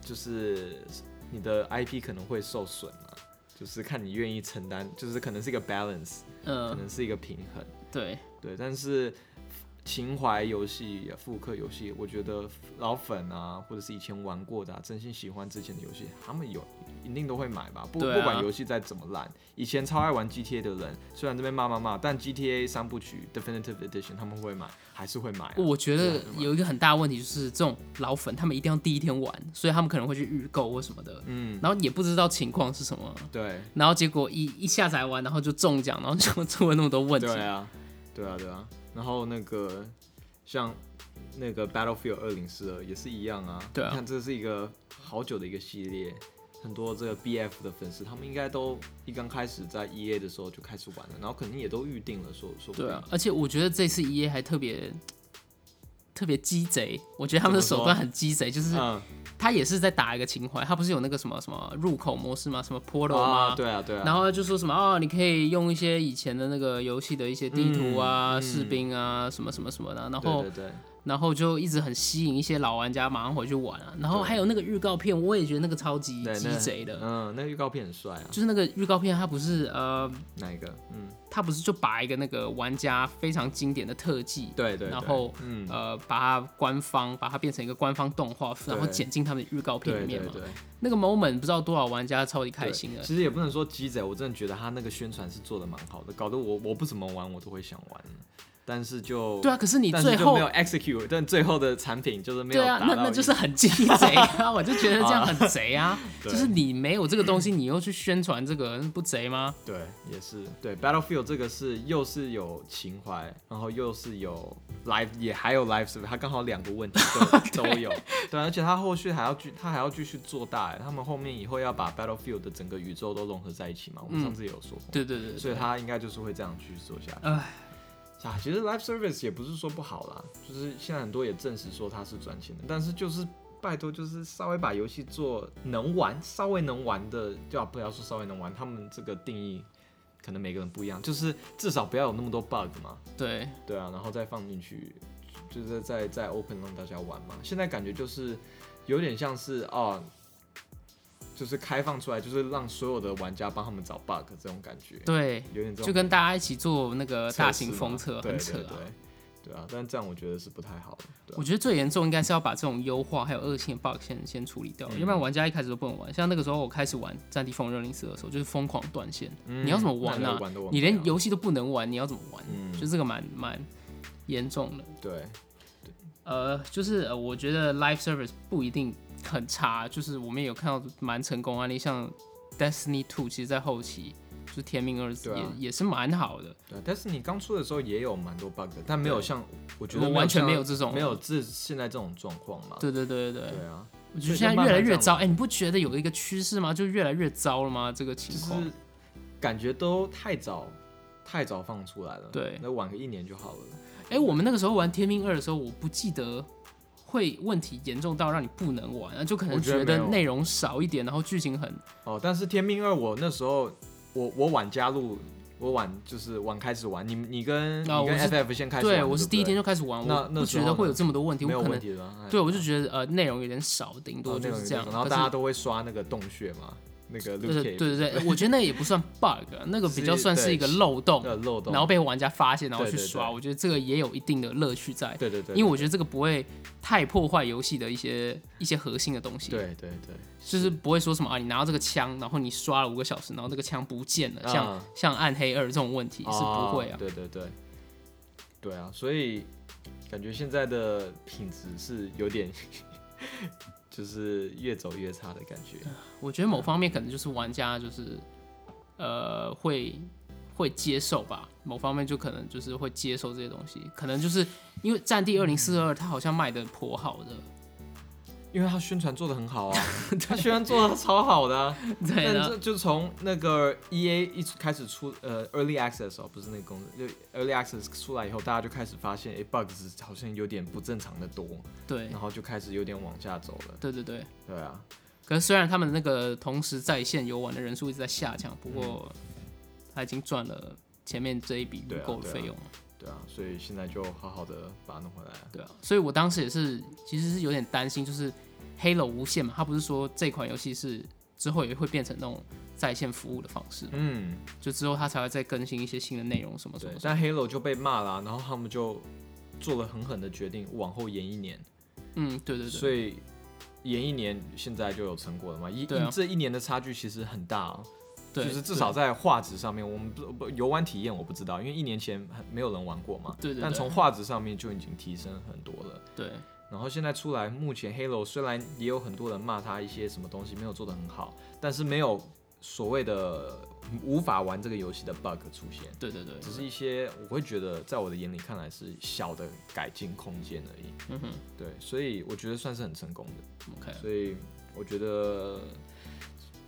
Speaker 2: 就是你的 IP 可能会受损啊，就是看你愿意承担，就是可能是一个 balance，
Speaker 1: 嗯、
Speaker 2: 可能是一个平衡，
Speaker 1: 对，
Speaker 2: 对，但是。情怀游戏、啊复刻游戏，我觉得老粉啊，或者是以前玩过的、啊，真心喜欢之前的游戏，他们有一定都会买吧。不、
Speaker 1: 对啊
Speaker 2: 不管游戏再怎么烂，以前超爱玩 GTA 的人，虽然这边骂骂骂，但 GTA 三部曲 Definitive Edition 他们会买，还是会买啊、
Speaker 1: 我觉
Speaker 2: 对
Speaker 1: 得
Speaker 2: 啊对吧
Speaker 1: 有一个很大的问题就是，这种老粉他们一定要第一天玩，所以他们可能会去预购或什么的，
Speaker 2: 嗯，
Speaker 1: 然后也不知道情况是什么，
Speaker 2: 对，
Speaker 1: 然后结果一一下载完，然后就中奖，然后就出了那么多问题。
Speaker 2: 对啊，对啊，对啊。然后那个像那个 Battlefield 二零四二也是一样啊。
Speaker 1: 对啊
Speaker 2: 你看这是一个好久的一个系列，很多这个 BF 的粉丝，他们应该都一刚开始在 EA 的时候就开始玩了，然后肯定也都预定了，说说不定。
Speaker 1: 对啊，而且我觉得这次 E A 还特别特别鸡贼，我觉得他们的手
Speaker 2: 怎么说
Speaker 1: 段很鸡贼，就是
Speaker 2: 嗯
Speaker 1: 他也是在打一个情怀，他不是有那个什么什么入口模式吗？什么 Portal 吗？
Speaker 2: 啊，对啊，对啊。
Speaker 1: 然后就说什么哦，你可以用一些以前的那个游戏的一些地图啊、
Speaker 2: 嗯嗯
Speaker 1: 士兵啊、什么什么什么的，然后哦
Speaker 2: 对对对，
Speaker 1: 然后就一直很吸引一些老玩家马上回去玩啊。然后
Speaker 2: 对
Speaker 1: 还有那个预告片，我也觉得那个超级
Speaker 2: 对那
Speaker 1: 鸡贼的，
Speaker 2: 嗯，那个预告片很帅啊，
Speaker 1: 就是那个预告片它不是呃，
Speaker 2: 哪一个？嗯，
Speaker 1: 它不是就把一个那个玩家非常经典的特技，
Speaker 2: 对对对
Speaker 1: 然后
Speaker 2: 嗯，
Speaker 1: 呃，把它官方把它变成一个官方动画，然后
Speaker 2: 对
Speaker 1: 剪进他们的预告片
Speaker 2: 对
Speaker 1: 里面
Speaker 2: 对
Speaker 1: 嘛。
Speaker 2: 嗯对。
Speaker 1: 那个 moment 不知道多少玩家超级开
Speaker 2: 对
Speaker 1: 心啊的。
Speaker 2: 其实也不能说鸡贼，我真的觉得他那个宣传是做的蛮好的，搞得我我不怎么玩我都会想玩，但是就
Speaker 1: 对啊，，可是你
Speaker 2: 但
Speaker 1: 最
Speaker 2: 是就
Speaker 1: 后
Speaker 2: 没有 execute，但最后的产品就是没有
Speaker 1: 对
Speaker 2: 达
Speaker 1: 啊
Speaker 2: 到，
Speaker 1: 那那就是很鸡贼 啊！我就觉得这样很贼啊，
Speaker 2: 对
Speaker 1: 就是你没有这个东西，你又去宣传这个，不贼吗？
Speaker 2: 对，也是对 Battlefield 这个是又是有情怀，然后又是有 live，也还有 live service，它刚好两个问题 都都有，对，而且它后续还要继它还要继续做大欸，他们后面以后要把 Battlefield 的整个宇宙都融合在一起嘛，我们
Speaker 1: 嗯
Speaker 2: 上次也有说过，
Speaker 1: 对对对
Speaker 2: 所以
Speaker 1: 对，
Speaker 2: 它应该就是会这样去做下去。
Speaker 1: 唉，
Speaker 2: 啊，其实 live service 也不是说不好啦，就是现在很多也证实说它是赚钱的，但是就是拜托，就是稍微把游戏做能玩，稍微能玩的，就要不要说稍微能玩，他们这个定义可能每个人不一样，就是至少不要有那么多 bug 嘛，
Speaker 1: 对
Speaker 2: 对啊，然后再放进去，就是在在 open 让大家玩嘛。现在感觉就是有点像是哦，就是开放出来，就是让所有的玩家帮他们找 bug 这种感觉，
Speaker 1: 对，
Speaker 2: 有点这种
Speaker 1: 就跟大家一起做那个大型
Speaker 2: 测试嘛
Speaker 1: 封测，
Speaker 2: 对
Speaker 1: 很扯
Speaker 2: 对
Speaker 1: 啊
Speaker 2: 对。对啊，但这样我觉得是不太好的。对啊
Speaker 1: 我觉得最严重应该是要把这种优化还有恶性的 bug 先先处理掉，
Speaker 2: 嗯
Speaker 1: 要不然玩家一开始都不能玩。像那个时候我开始玩《战地风热零四》的时候，就是疯狂断线，
Speaker 2: 嗯
Speaker 1: 你要怎么玩
Speaker 2: 那
Speaker 1: 啊
Speaker 2: 你玩都玩不
Speaker 1: 你连
Speaker 2: 了
Speaker 1: 游戏都不能玩，你要怎么玩？
Speaker 2: 嗯
Speaker 1: 就这个蛮蛮严重的。
Speaker 2: 对
Speaker 1: 呃，就是呃，我觉得 live service 不一定很差，就是我们也有看到蛮成功案例，像 Destiny Two，其实在后期就是《天命二字》
Speaker 2: 对啊
Speaker 1: 也也是蛮好的。
Speaker 2: 对啊，但是你刚出的时候也有蛮多 bug，的但没有
Speaker 1: 对
Speaker 2: 像我觉
Speaker 1: 我
Speaker 2: 得
Speaker 1: 完全
Speaker 2: 像
Speaker 1: 没有这种
Speaker 2: 没有这现在这种状况嘛。
Speaker 1: 对对对对对，
Speaker 2: 对啊，
Speaker 1: 我觉得
Speaker 2: 所以
Speaker 1: 现在
Speaker 2: 就慢
Speaker 1: 越来
Speaker 2: 慢这
Speaker 1: 越
Speaker 2: 样
Speaker 1: 糟。
Speaker 2: 嘛
Speaker 1: 哎、你不觉得有一个趋势吗？就越来越糟了吗？这个
Speaker 2: 就
Speaker 1: 情况、
Speaker 2: 是感觉都太早太早放出来了。
Speaker 1: 对
Speaker 2: 那晚个一年就好了。
Speaker 1: 哎、我们那个时候玩《天命二》的时候，我不记得会问题严重到让你不能玩，啊，就可能
Speaker 2: 我觉
Speaker 1: 觉
Speaker 2: 得没
Speaker 1: 得
Speaker 2: 有
Speaker 1: 内容少一点，然后剧情很
Speaker 2: 哦，但是《天命二》我那时候我我晚加入，我晚就是晚开始玩，你你跟、
Speaker 1: 啊
Speaker 2: 你
Speaker 1: 我
Speaker 2: 跟
Speaker 1: 是
Speaker 2: FF 先开始玩，
Speaker 1: 对
Speaker 2: 对
Speaker 1: 我是
Speaker 2: 不
Speaker 1: 第一
Speaker 2: 对
Speaker 1: 天就开始玩，
Speaker 2: 那
Speaker 1: 我
Speaker 2: 那
Speaker 1: 不
Speaker 2: 时
Speaker 1: 觉得
Speaker 2: 候
Speaker 1: 会
Speaker 2: 呢
Speaker 1: 有这么多问题，
Speaker 2: 没有
Speaker 1: 我可
Speaker 2: 问
Speaker 1: 能
Speaker 2: 题的啊。
Speaker 1: 对我就觉得呃内容有点少，顶多
Speaker 2: 哦那
Speaker 1: 就
Speaker 2: 个
Speaker 1: 是
Speaker 2: 有
Speaker 1: 这样。
Speaker 2: 然后
Speaker 1: 可
Speaker 2: 大家
Speaker 1: 是
Speaker 2: 都会刷那个洞穴嘛，那个 Luke
Speaker 1: 对
Speaker 2: Cage
Speaker 1: 对对对对，我觉得那也不算 bug，那啊个比较
Speaker 2: 是
Speaker 1: 算是
Speaker 2: 对
Speaker 1: 一个漏洞
Speaker 2: 那，个漏洞，
Speaker 1: 然后被玩家发现，然后去
Speaker 2: 对对
Speaker 1: 刷。
Speaker 2: 对
Speaker 1: 我觉得这个也有一定的乐趣在，
Speaker 2: 对对对，
Speaker 1: 因为我觉得这个不会太破坏游戏的一些一些核心的东西。，
Speaker 2: 对对对，
Speaker 1: 就是不会说什么啊，你拿到这个枪，然后你刷了五个小时，然后这个枪不见了，像
Speaker 2: 嗯
Speaker 1: 像暗黑二这种问题是不会
Speaker 2: 哦
Speaker 1: 啊。
Speaker 2: 对对对，对啊，所以感觉现在的品质是有点 就是越走越差的感觉。
Speaker 1: 我觉得某方面可能就是玩家就是呃会会接受吧，某方面就可能就是会接受这些东西，可能就是因为《战地二零四二》它好像卖的颇好的，
Speaker 2: 因为他宣传做的很好啊，他宣传做的超好的、啊。
Speaker 1: 对
Speaker 2: 但这
Speaker 1: 的，
Speaker 2: 就从那个 E A 一开始出呃 Early Access 哦，不是那个公司，就 Early Access 出来以后，大家就开始发现，哎、b u g s 好像有点不正常的多，
Speaker 1: 对
Speaker 2: 然后就开始有点往下走了。
Speaker 1: 对对对。
Speaker 2: 对啊，
Speaker 1: 可是虽然他们那个同时在线游玩的人数一直在下降，不过他已经赚了前面这一笔预
Speaker 2: 对啊
Speaker 1: 购的
Speaker 2: 对啊
Speaker 1: 费用了。
Speaker 2: 对啊，所以现在就好好的把它弄回来。
Speaker 1: 对啊，所以我当时也是其实是有点担心，就是《Halo 无限》嘛，他不是说这款游戏是之后也会变成那种在线服务的方式，
Speaker 2: 嗯，
Speaker 1: 就之后他才会再更新一些新的内容什么什
Speaker 2: 对
Speaker 1: 么。，
Speaker 2: 但 Halo 就被骂啦、然后他们就做了狠狠的决定，往后延一年。
Speaker 1: 嗯，对对对，
Speaker 2: 所以延一年，现在就有成果了嘛？一、
Speaker 1: 对啊
Speaker 2: 一这一年的差距其实很大、哦，
Speaker 1: 对，
Speaker 2: 就是至少在画质上面，我们不不游玩体验我不知道，因为一年前还没有人玩过嘛。
Speaker 1: 对对对
Speaker 2: 但从画质上面就已经提升很多了。
Speaker 1: 对
Speaker 2: 然后现在出来，目前 Halo 虽然也有很多人骂他一些什么东西没有做得很好，但是没有所谓的无法玩这个游戏的 bug 出现。
Speaker 1: 对对对，
Speaker 2: 只是一些我会觉得，在我的眼里看来是小的改进空间而已。
Speaker 1: 嗯哼
Speaker 2: 对，所以我觉得算是很成功的。
Speaker 1: ，OK，
Speaker 2: 所以我觉得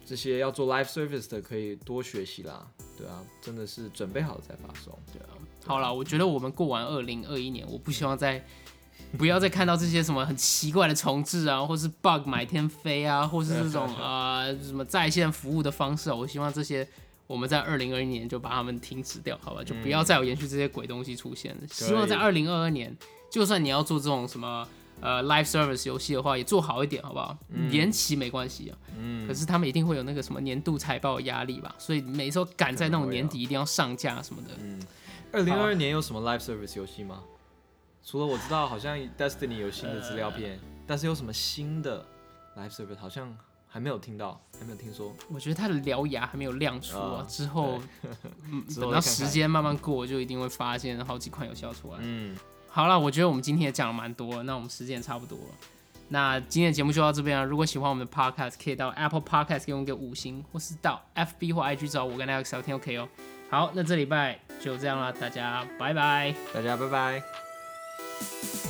Speaker 2: 这些要做 live service 的可以多学习啦，对啊，真的是准备好再发送。
Speaker 1: 对啊，好了，我觉得我们过完二零二一年，我不希望再不要再看到这些什么很奇怪的重置啊，或是 bug 满天飞啊，或是这种啊、呃什么在线服务的方式啊，我希望这些我们在二零二一年就把它们停止掉，好吧？
Speaker 2: 嗯
Speaker 1: 就不要再有延续这些鬼东西出现了。希望在二零二二年，就算你要做这种什么。呃，live service 游戏的话也做好一点，好不好？
Speaker 2: 嗯
Speaker 1: 延期没关系啊，可是他们一定会有那个什么年度财报的压力吧，所以每次都赶在那种
Speaker 2: 可能会啊
Speaker 1: 年底一定要上架什么的，
Speaker 2: 二零二二年有什么 live service 游戏吗？除了我知道好像 Destiny 有新的资料
Speaker 1: 呃
Speaker 2: 片，但是有什么新的 live service 好像还没有听到，还没有听说。
Speaker 1: 我觉得他的獠牙还没有亮出啊，
Speaker 2: 啊
Speaker 1: 之后嗯
Speaker 2: 之后
Speaker 1: 等到
Speaker 2: 再看看
Speaker 1: 时间慢慢过，就一定会发现好几款有效出来。
Speaker 2: 嗯，
Speaker 1: 好了，我觉得我们今天也讲了蛮多了，那我们时间也差不多了。那今天的节目就到这边了。啊如果喜欢我们的 podcast，可以到 Apple Podcast 给我们一个五星，或是到 FB 或 IG 找我跟 Alex 聊天 OK 哦。好，那这礼拜就这样啦，大家拜拜。
Speaker 2: 大家拜拜。